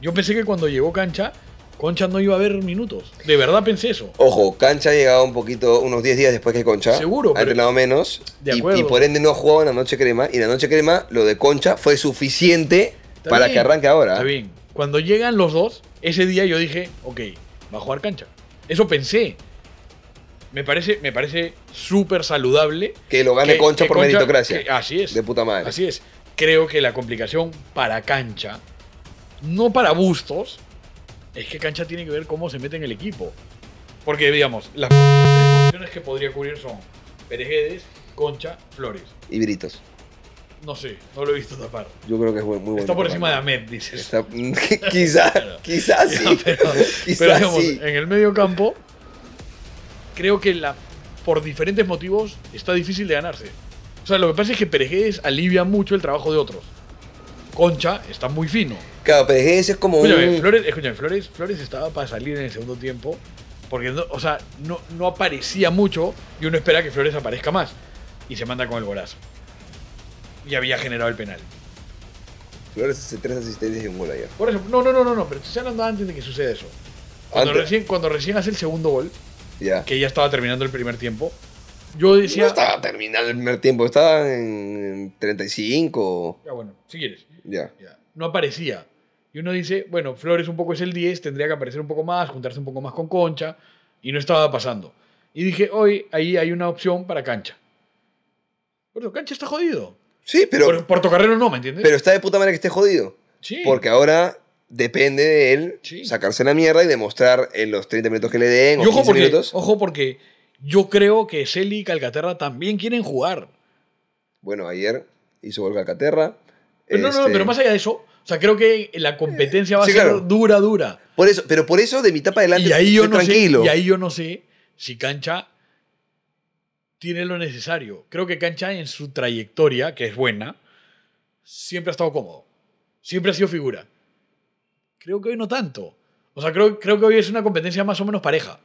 S6: Yo pensé que cuando llegó Cancha, Concha no iba a ver minutos. De verdad pensé eso.
S5: Ojo, Cancha ha llegado un poquito, unos 10 días después que Concha.
S6: Seguro,
S5: Ha
S6: pero-
S5: entrenado menos.
S6: De
S5: y,
S6: acuerdo.
S5: y por ende no ha jugado en la noche crema. Y en la noche crema, lo de Concha fue suficiente
S6: Está
S5: para
S6: bien,
S5: que arranque ahora. ¿eh?
S6: Está bien. Cuando llegan los dos, ese día yo dije, ok, va a jugar Cancha. Eso pensé. Me parece, me parece súper saludable.
S5: Que lo gane
S6: que-
S5: Concha
S6: que
S5: por meritocracia.
S6: que- ah. así es.
S5: De puta madre.
S6: Así es. Creo que la complicación para Cancha, no para Bustos, es que Cancha tiene que ver cómo se mete en el equipo. Porque, digamos, las opciones que podría cubrir son Perejedes, Concha, Flores.
S5: Y Britos.
S6: No sé, no lo he visto tapar.
S5: Yo creo que es muy, muy bueno.
S6: Está por encima de Ahmed, dices.
S5: Está, quizás, quizás
S6: Ya,
S5: sí.
S6: pero,
S5: Quizás
S6: pero digamos, eh,
S5: sí.
S6: en el medio campo, creo que la, por diferentes motivos está difícil de ganarse. O sea, lo que pasa es que Perejedes alivia mucho el trabajo de otros. Concha está muy fino.
S5: Claro, pero ese es como
S6: Escúchame,
S5: un...
S6: Flores, escúchame, Flores, Flores estaba para salir en el segundo tiempo porque no, o sea, no, no aparecía mucho y uno espera que Flores aparezca más. Y se manda con el golazo. Y había generado el penal.
S5: Flores hace tres asistencias y un gol ayer.
S6: Por eso, no, no, no, no, no, pero estoy hablando antes de que suceda eso. Cuando
S5: Antes.
S6: recién, cuando recién hace el segundo gol,
S5: Ya.
S6: que ya estaba terminando el primer tiempo, yo decía.
S5: No estaba terminando el primer tiempo, estaba en 35.
S6: Ya, bueno, si quieres.
S5: Ya.
S6: Ya. No aparecía. Y uno dice, bueno, Flores un poco es el 10, tendría que aparecer un poco más, juntarse un poco más con Concha, y no estaba pasando. Y dije, hoy ahí hay una opción para Cancha. Pero Cancha está jodido.
S5: Sí,
S6: Por,
S5: pero,
S6: Portocarrero no, ¿me entiendes?
S5: pero está de puta madre que esté jodido.
S6: sí.
S5: Porque ahora depende de él
S6: Sí.
S5: sacarse la mierda y demostrar en los 30 minutos que le den
S6: Y
S5: o
S6: ojo
S5: 15
S6: porque,
S5: minutos.
S6: ojo porque yo creo que Celi y Calcaterra también quieren jugar.
S5: Bueno, ayer hizo gol Calcaterra.
S6: Pero no, no, no,
S5: Este,
S6: pero más allá de eso, o sea, creo que la competencia va
S5: Sí,
S6: a ser
S5: claro.
S6: dura, dura.
S5: Por eso, pero por eso de mi tapa adelante
S6: Y ahí yo
S5: estoy
S6: no
S5: tranquilo.
S6: sé. Y ahí yo no sé si Cancha tiene lo necesario. Creo que Cancha en su trayectoria, que es buena, siempre ha estado cómodo. Siempre ha sido figura. Creo que hoy no tanto. O sea, creo, creo que hoy es una competencia más o menos pareja.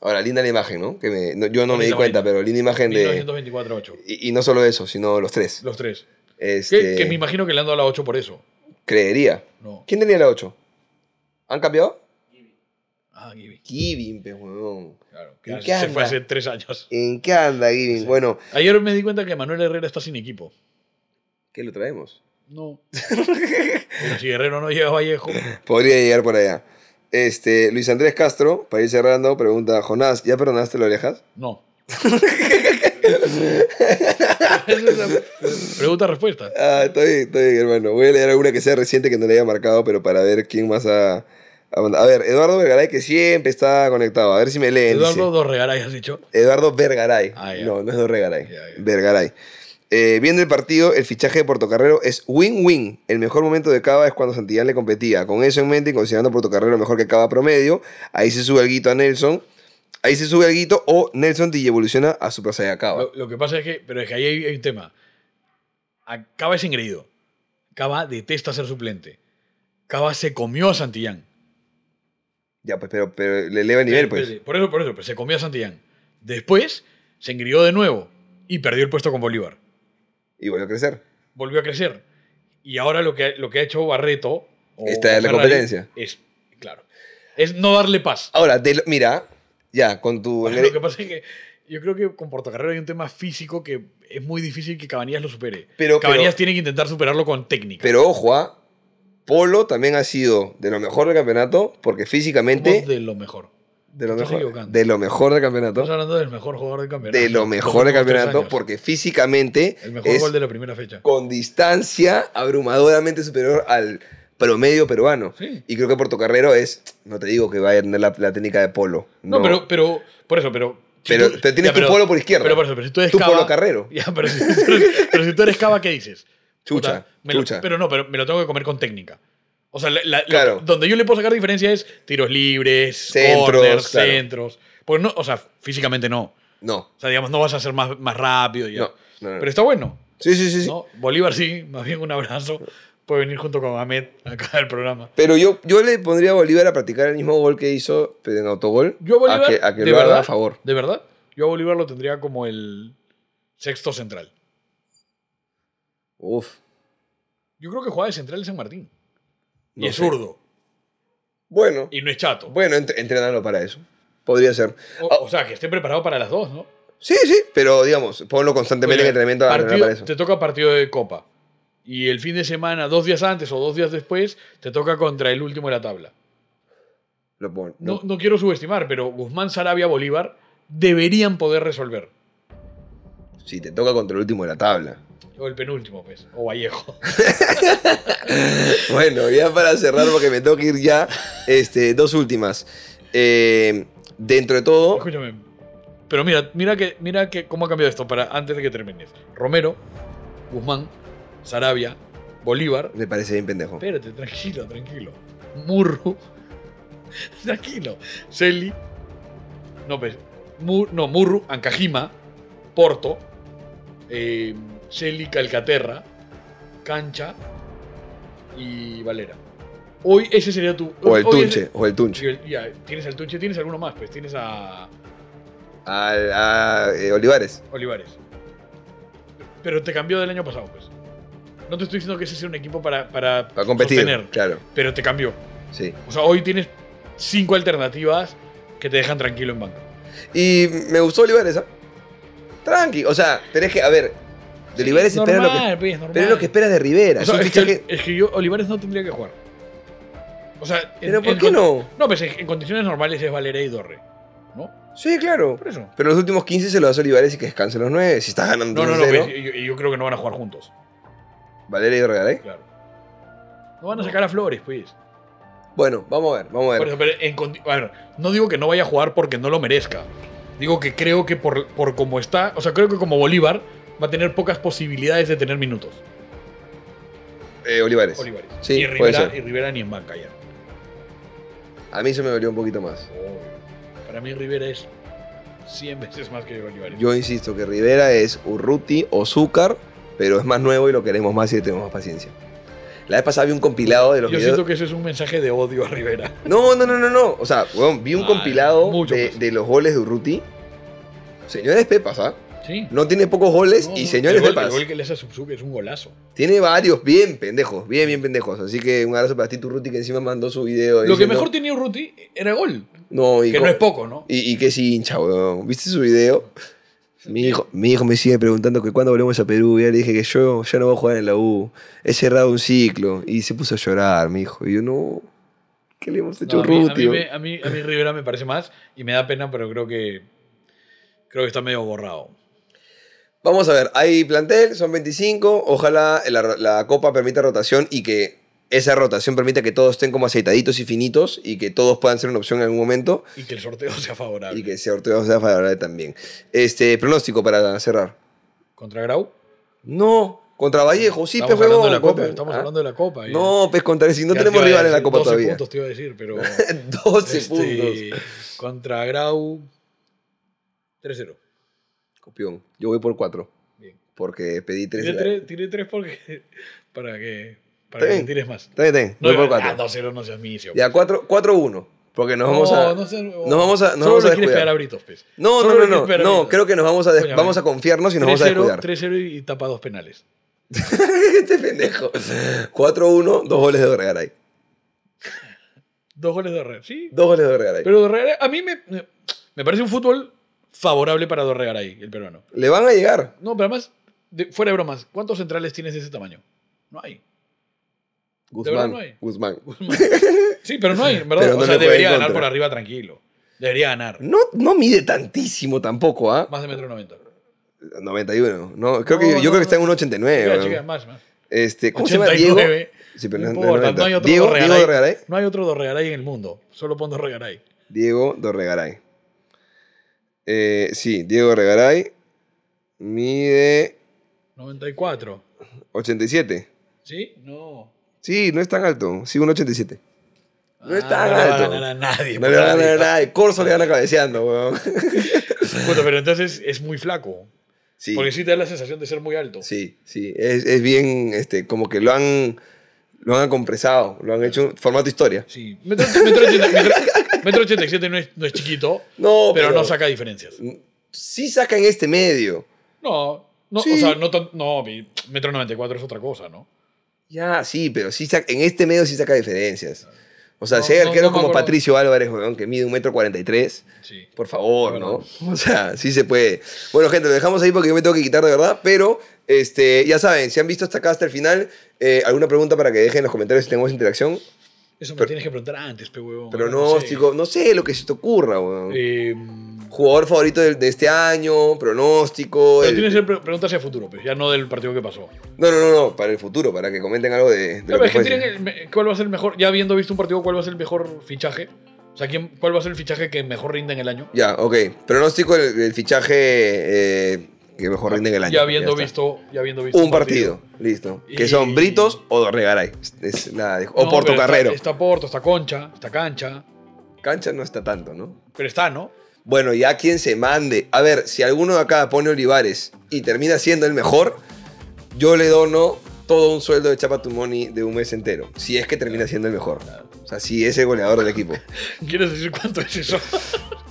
S5: Ahora, linda la imagen, ¿no? Que me- no- yo no me di
S6: Bonita,
S5: cuenta,
S6: bonita.
S5: pero linda imagen de.
S6: 1924-8.
S5: Y, y no solo eso, sino los tres.
S6: Los tres. Que,
S5: Este,
S6: que me imagino que le han dado la 8 por eso.
S5: Creería.
S6: No.
S5: ¿Quién tenía la 8? ¿Han cambiado?
S6: Ah, Gibi.
S5: Giving, pues, huevón.
S6: Claro.
S5: ¿En
S6: que
S5: qué
S6: se
S5: anda?
S6: fue hace tres años.
S5: ¿En qué anda Giving? Bueno,
S6: Ayer me di cuenta que Manuel Herrera está sin equipo.
S5: ¿qué lo traemos?
S6: No. Pero si Guerrero no llega a Vallejo.
S5: Podría llegar por allá. Este, Luis Andrés Castro, para ir cerrando, pregunta: Jonás, ¿ya perdonaste las orejas?
S6: No. Esa es la Pregunta-respuesta.
S5: Ah, está bien, está bien, hermano. Voy a leer alguna que sea reciente que no le haya marcado, pero para ver quién más ha. ha mandado. A ver, Eduardo Vergaray, que siempre está conectado. A ver si me leen. dice.
S6: Eduardo Dorregaray, has dicho.
S5: Eduardo Vergaray.
S6: Ah, ya.
S5: No, no es Dorregaray.
S6: Ya, ya.
S5: Vergaray. Eh, viendo el partido, el fichaje de Portocarrero es win-win. El mejor momento de Cava es cuando Santillán le competía. Con eso en mente y considerando a Portocarrero mejor que Cava promedio, ahí se sube el guito a Nelson. Ahí se sube el guito o Nelson te evoluciona a Super Saiyan Cava.
S6: Lo, lo que pasa es que, pero es que ahí hay, hay un tema. A Cava es engreído. Cava detesta ser suplente. Cava se comió a Santillán.
S5: Ya, pues, pero, pero le eleva el nivel, pues.
S6: Espérate, Por eso, por eso, pues, se comió a Santillán. Después se engrió de nuevo y perdió el puesto con Bolívar.
S5: Y volvió a crecer.
S6: Volvió a crecer. Y ahora lo que, lo que ha hecho Barreto. o-
S5: Es traerle
S6: o Ferrari
S5: competencia.
S6: Es, claro. Es no darle paz.
S5: Ahora, de lo- mira, ya, con tu.
S6: Lo que pasa es que yo creo que con Portocarrero hay un tema físico que es muy difícil que Cabanías lo supere.
S5: Pero-
S6: Cabanías
S5: pero-
S6: tiene que intentar superarlo con técnica.
S5: Pero ojo, ah, Polo también ha sido de lo mejor del campeonato porque
S6: Somos
S5: físicamente.
S6: de lo mejor.
S5: De lo,
S6: Estás
S5: mejor,
S6: equivocando.
S5: de lo mejor del campeonato.
S6: Estamos hablando del mejor jugador del campeonato.
S5: De lo
S6: Los
S5: mejor
S6: últimos
S5: del
S6: tres
S5: campeonato
S6: años.
S5: porque físicamente
S6: El mejor
S5: es
S6: gol de la primera fecha.
S5: con distancia abrumadoramente superior al promedio peruano.
S6: Sí.
S5: Y creo que Portocarrero es, no te digo que va a tener la, la técnica de Polo.
S6: No, pero, pero, por eso, pero.
S5: Pero- pero tienes tu polo por izquierda.
S6: Pero por eso, pero si tú eres
S5: Tu
S6: Cava-
S5: polo carrero.
S6: Ya, pero, si, pero si- pero si tú eres Cava, ¿qué dices?
S5: Chucha,
S6: Puta, me lo-
S5: chucha.
S6: pero no, pero me lo tengo que comer con técnica. O sea, la- la- la-
S5: Claro.
S6: donde yo le puedo sacar diferencia es tiros libres,
S5: Centros,
S6: centros,
S5: claro.
S6: centros. Pues no, o sea, físicamente no. O
S5: No,
S6: sea, digamos, no vas a ser más, más rápido. Ya.
S5: no, no, no.
S6: Pero está bueno.
S5: sí, sí, sí. sí.
S6: ¿no? Bolívar sí, más bien un abrazo. Puede venir junto con Ahmed acá al programa.
S5: Pero yo, yo le pondría a Bolívar a practicar el mismo gol que hizo pero en autogol.
S6: Yo a Bolívar,
S5: que, a que
S6: de
S5: lo haga
S6: verdad,
S5: a favor.
S6: De verdad, yo a Bolívar lo tendría como el sexto central.
S5: Uf.
S6: Yo creo que juega de central en San Martín. Y
S5: No
S6: es
S5: sé.
S6: zurdo.
S5: Bueno,
S6: Y no es chato.
S5: bueno, ent- entrenarlo para eso. Podría ser.
S6: O,
S5: Ah,
S6: o sea, que esté preparado para las dos, ¿no?
S5: sí, sí, pero digamos, ponlo constantemente en
S6: Oye,
S5: entrenamiento a entrenar
S6: partido-
S5: para eso.
S6: Te toca partido de Copa. Y el fin de semana, dos días antes o dos días después, te toca contra el último de la tabla.
S5: Lo pon-
S6: No, no quiero subestimar, pero Guzmán, Sarabia, Bolívar deberían poder resolver.
S5: Si te toca contra el último de la tabla.
S6: O el penúltimo, pues. O Vallejo.
S5: Bueno, ya para cerrar, porque me tengo que ir ya, este, dos últimas. Eh, dentro de todo,
S6: Escúchame. Pero mira, mira que, mira que cómo ha cambiado esto para antes de que termines. Romero, Guzmán, Sarabia, Bolívar.
S5: me parece bien pendejo.
S6: Espérate, tranquilo, tranquilo. Murru. Tranquilo. Celi. No, pues, Mu- no, Murru, Ancajima, Porto, eh, Celi, Calcaterra, Cancha y Valera. Hoy ese sería tu.
S5: O el
S6: hoy
S5: Tunche,
S6: ese-
S5: o el Tunche.
S6: Ya, tienes al Tunche, tienes alguno más, pues tienes a.
S5: Al- A, eh, Olivares.
S6: Olivares. Pero te cambió del año pasado, pues. No te estoy diciendo que ese sea un equipo para, para,
S5: Para competir.
S6: sostener,
S5: Claro,
S6: pero te cambió.
S5: sí.
S6: O sea, hoy tienes cinco alternativas que te dejan tranquilo en banca.
S5: Y me gustó Olivares, ¿ah? Tranqui. O sea, pero es que, a ver, de Olivares espera lo que.
S6: Normal, pues, normal.
S5: Pero es lo que esperas de Rivera.
S6: O sea,
S5: es un
S6: es, que,
S5: fichaje-
S6: es que yo, Olivares no tendría que jugar. O sea, en-
S5: Pero ¿por
S6: en
S5: qué
S6: con-
S5: no?
S6: No, pues en en condiciones normales es Valera y Dorre. ¿No?
S5: Sí, claro.
S6: Por eso.
S5: Pero los últimos 15 se los das a Olivares y que descansen los 9. Si estás ganando
S6: No, no, no.
S5: 3-0,
S6: pues, yo, yo creo que no van a jugar juntos.
S5: Valeria y ¿eh? Vergaray.
S6: Claro. No van a sacar a Flores, pues.
S5: Bueno, vamos a ver, vamos a
S6: Por
S5: ver.
S6: eso, pero en condi- a ver, no digo que no vaya a jugar porque no lo merezca. Digo que creo que por, por como está, o sea, creo que como Bolívar va a tener pocas posibilidades de tener minutos.
S5: Eh, Olivares.
S6: Olivares.
S5: Sí,
S6: y,
S5: puede
S6: Rivera,
S5: ser.
S6: y Rivera ni en banca ya.
S5: A mí se me dolió un poquito más.
S6: Oh, Para mí Rivera es 100 veces más que Olivares.
S5: Yo insisto que Rivera es Urruti o Zúcar, pero es más nuevo y lo queremos más y le tenemos más paciencia. La vez pasada vi un compilado de los
S6: Yo
S5: videos.
S6: siento que eso es un mensaje de odio a Rivera.
S5: No, no, no, no, no. O sea, weón, vi un
S6: Ah,
S5: compilado
S6: mucho,
S5: de,
S6: pues.
S5: de los goles de Urruti. Señores Pepas, ¿ah?
S6: Sí.
S5: No tiene pocos goles
S6: No,
S5: y
S6: no,
S5: señores
S6: el gol,
S5: Pepas.
S6: el gol que le hace a Subsuke es un golazo.
S5: Tiene varios bien pendejos, bien, bien pendejos. Así que un abrazo para ti, Urruti, que encima mandó su video.
S6: Lo que
S5: diciendo-
S6: mejor tenía Urruti era gol.
S5: No, y
S6: Que
S5: co-
S6: no es poco, ¿no?
S5: Y, y que es hincha, weón. ¿Viste su video? Mi hijo, mi hijo me sigue preguntando que cuándo volvemos a Perú. Ya le dije que yo ya no voy a jugar en la U. He cerrado un ciclo. Y se puso a llorar, mi hijo. Y yo, no. ¿Qué le hemos hecho
S6: No,
S5: a
S6: a, mí, a,
S5: Urruti,
S6: mí
S5: weón?
S6: me- a mí- a mí Rivera me parece más y me da pena, pero creo que creo que está medio borrado.
S5: Vamos a ver. Hay plantel, son 25. Ojalá la, la Copa permita rotación y que esa rotación permita que todos estén como aceitaditos y finitos y que todos puedan ser una opción en algún momento
S6: Y que el sorteo sea favorable.
S5: y que ese sorteo sea favorable también. Este, pronóstico para cerrar.
S6: ¿Contra Grau?
S5: No. Contra Vallejo, sí,
S6: estamos
S5: pe,
S6: hablando
S5: huevón,
S6: de la Copa.
S5: contra-
S6: Estamos
S5: ¿Ah?
S6: hablando de la Copa.
S5: No, pues contra si no
S6: Ya te
S5: tenemos
S6: iba a
S5: rival en la
S6: decir,
S5: Copa
S6: 12
S5: todavía.
S6: puntos te iba a decir, pero...
S5: 12
S6: este,
S5: puntos.
S6: Contra Grau... 3-0.
S5: Copión, yo voy por 4.
S6: Bien.
S5: Porque pedí 3.
S6: Tiré
S5: Está
S6: tres, tiré tres porque... Para que, para que
S5: bien.
S6: me tires más.
S5: bien, está bien, voy por
S6: ah,
S5: 4.
S6: 2-0 no seas misio.
S5: Ya, 4, 4-1. Porque nos
S6: No,
S5: vamos a.
S6: no seas-
S5: nos vamos a- nos vamos a
S6: Solo le quieres
S5: descuidar.
S6: pegar a Britos, pues.
S5: No, no, no,
S6: Solo le
S5: no.
S6: quieres pegar a
S5: No,
S6: Britos.
S5: creo que nos vamos a, des-
S6: Coño,
S5: vamos
S6: vale.
S5: a confiarnos y nos vamos a
S6: 3-0,
S5: descuidar.
S6: 3-0 y tapa dos penales.
S5: este pendejo. 4-1, dos goles de Dorregaray.
S6: Dos goles de Herrera. Sí.
S5: Dos goles de Dorregaray.
S6: Pero Dorregaray, a mí me, me parece un fútbol favorable para Dorregaray, el peruano.
S5: Le van a llegar.
S6: No, pero además, de- fuera de bromas, ¿cuántos centrales tienes de ese tamaño? No hay.
S5: Guzmán.
S6: no hay.
S5: Guzmán.
S6: Sí, pero no hay, en ¿verdad?
S5: Pero no
S6: o sea,
S5: le puede
S6: debería
S5: ir
S6: ganar
S5: contra.
S6: por arriba tranquilo. Debería ganar.
S5: No, no mide tantísimo tampoco, ¿ah?
S6: Más de metro noventa.
S5: 91. No, creo que, yo
S6: No, no,
S5: creo que está en
S6: no.
S5: un 89.
S6: Chica,
S5: weón.
S6: chica, más, más.
S5: Este, ¿Cómo se llama?
S6: 89.
S5: Diego. Sí, pero
S6: No
S5: no, no,
S6: importa,
S5: 90.
S6: no hay otro
S5: Diego,
S6: Dorregaray.
S5: Diego Dorregaray.
S6: No hay otro Dorregaray en el mundo. Solo pon Dorregaray.
S5: Diego Dorregaray. Eh, sí, Diego Dorregaray mide
S6: 94.
S5: 87.
S6: ¿Sí? No.
S5: Sí, no es tan alto. Sí, un 87. No es tan
S6: Ah, no le va a
S5: alto.
S6: ganar a nadie.
S5: No
S6: por
S5: le van a
S6: arriba.
S5: ganar a nadie. Corso le gana cabeceando, weón.
S6: Puta, pero entonces es muy flaco.
S5: Sí,
S6: Porque sí te da la sensación de ser muy alto.
S5: sí, sí. Es, es bien, este, como que lo han, lo han compresado, lo han hecho un formato historia.
S6: Sí. Metro, metro ochenta- metro- metro 87 no es, no es chiquito,
S5: No,
S6: pero,
S5: pero- Mm.
S6: no saca diferencias.
S5: Sí sacan este medio.
S6: No, no
S5: Sí.
S6: o sea, no, tan- no, mi- metro 94 es otra cosa, ¿no?
S5: Ya, sí, pero sí saca- en este medio sí saca diferencias. O sea,
S6: No,
S5: si hay
S6: no,
S5: arqueros
S6: no me
S5: como
S6: acuerdo.
S5: Patricio Álvarez, weón, que mide un metro cuarenta y tres.
S6: Sí.
S5: Por favor,
S6: Bueno.
S5: ¿no? O sea, sí se puede. Bueno, gente, lo dejamos ahí porque yo me tengo que quitar de verdad, pero este, ya saben, si han visto hasta acá, hasta el final, eh, alguna pregunta para que dejen en los comentarios si tenemos interacción.
S6: Eso me
S5: Pero-
S6: tienes que preguntar antes, pe huevón.
S5: Pero
S6: Ahora no sé.
S5: pronóstico, no sé lo que se te ocurra, weón.
S6: Eh,
S5: Jugador favorito del- de, este año, pronóstico.
S6: pero
S5: el-
S6: tienes que pre- preguntas hacia futuro, pues, ya no del partido que pasó.
S5: No, no, no, no, para el futuro, para que comenten algo de, de lo
S6: Claro,
S5: que
S6: es que
S5: fuese.
S6: tienen el me- cuál va a ser el mejor, ya habiendo visto un partido, cuál va a ser el mejor fichaje. O sea, ¿quién, ¿cuál va a ser el fichaje que mejor rinda en el año?
S5: Ya, ok. Pronóstico el, el fichaje eh, que mejor rinde en el año.
S6: Ya habiendo
S5: está.
S6: visto, ya habiendo visto
S5: Un partido, listo. Que son
S6: Y-
S5: Britos o Dorregaray. Es la- o
S6: No,
S5: Portocarrero.
S6: pero Está, está Porto, está Concha, está Cancha,
S5: Cancha no está tanto, ¿no?
S6: pero está, ¿no?
S5: Bueno, ya quien se mande. A ver, si alguno de acá pone Olivares y termina siendo el mejor, yo le dono todo un sueldo de Chapa Tu Money de un mes entero. Si es que termina siendo el mejor. O sea, si es el goleador del equipo.
S6: ¿Quieres decir cuánto es eso?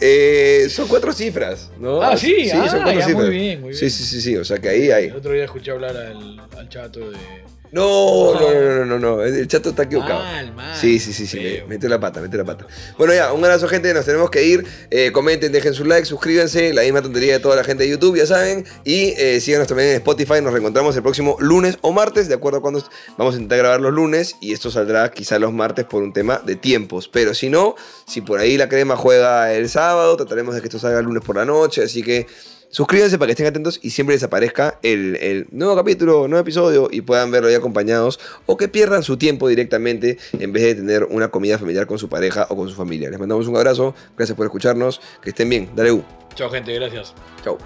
S5: Eh, son cuatro cifras, ¿no?
S6: Ah, sí, ah, ya, muy
S5: cifras.
S6: bien, muy bien.
S5: Sí, sí, sí, sí. O sea que ahí hay.
S6: El otro día escuché hablar al, al chato de.
S5: No, no, no, no, no, no. El chato está equivocado.
S6: Mal, mal.
S5: Sí, sí, sí, sí.
S6: Feo.
S5: Metió la pata, metió la pata. Bueno, ya, un abrazo, gente. Nos tenemos que ir. Eh, comenten, dejen su like, suscríbanse. La misma tontería de toda la gente de YouTube, ya saben. Y eh, síganos también en Spotify. Nos reencontramos el próximo lunes o martes, de acuerdo a cuándo vamos a intentar grabar los lunes. Y esto saldrá quizá los martes por un tema de tiempos. Pero si no, si por ahí la crema juega el sábado, trataremos de que esto salga el lunes por la noche. Así que. Suscríbanse para que estén atentos y siempre les aparezca el, el nuevo capítulo, nuevo episodio y puedan verlo ahí acompañados o que pierdan su tiempo directamente en vez de tener una comida familiar con su pareja o con su familia. Les mandamos un abrazo, gracias por escucharnos, que estén bien, dale U,
S6: Chao, gente, gracias.
S5: chao.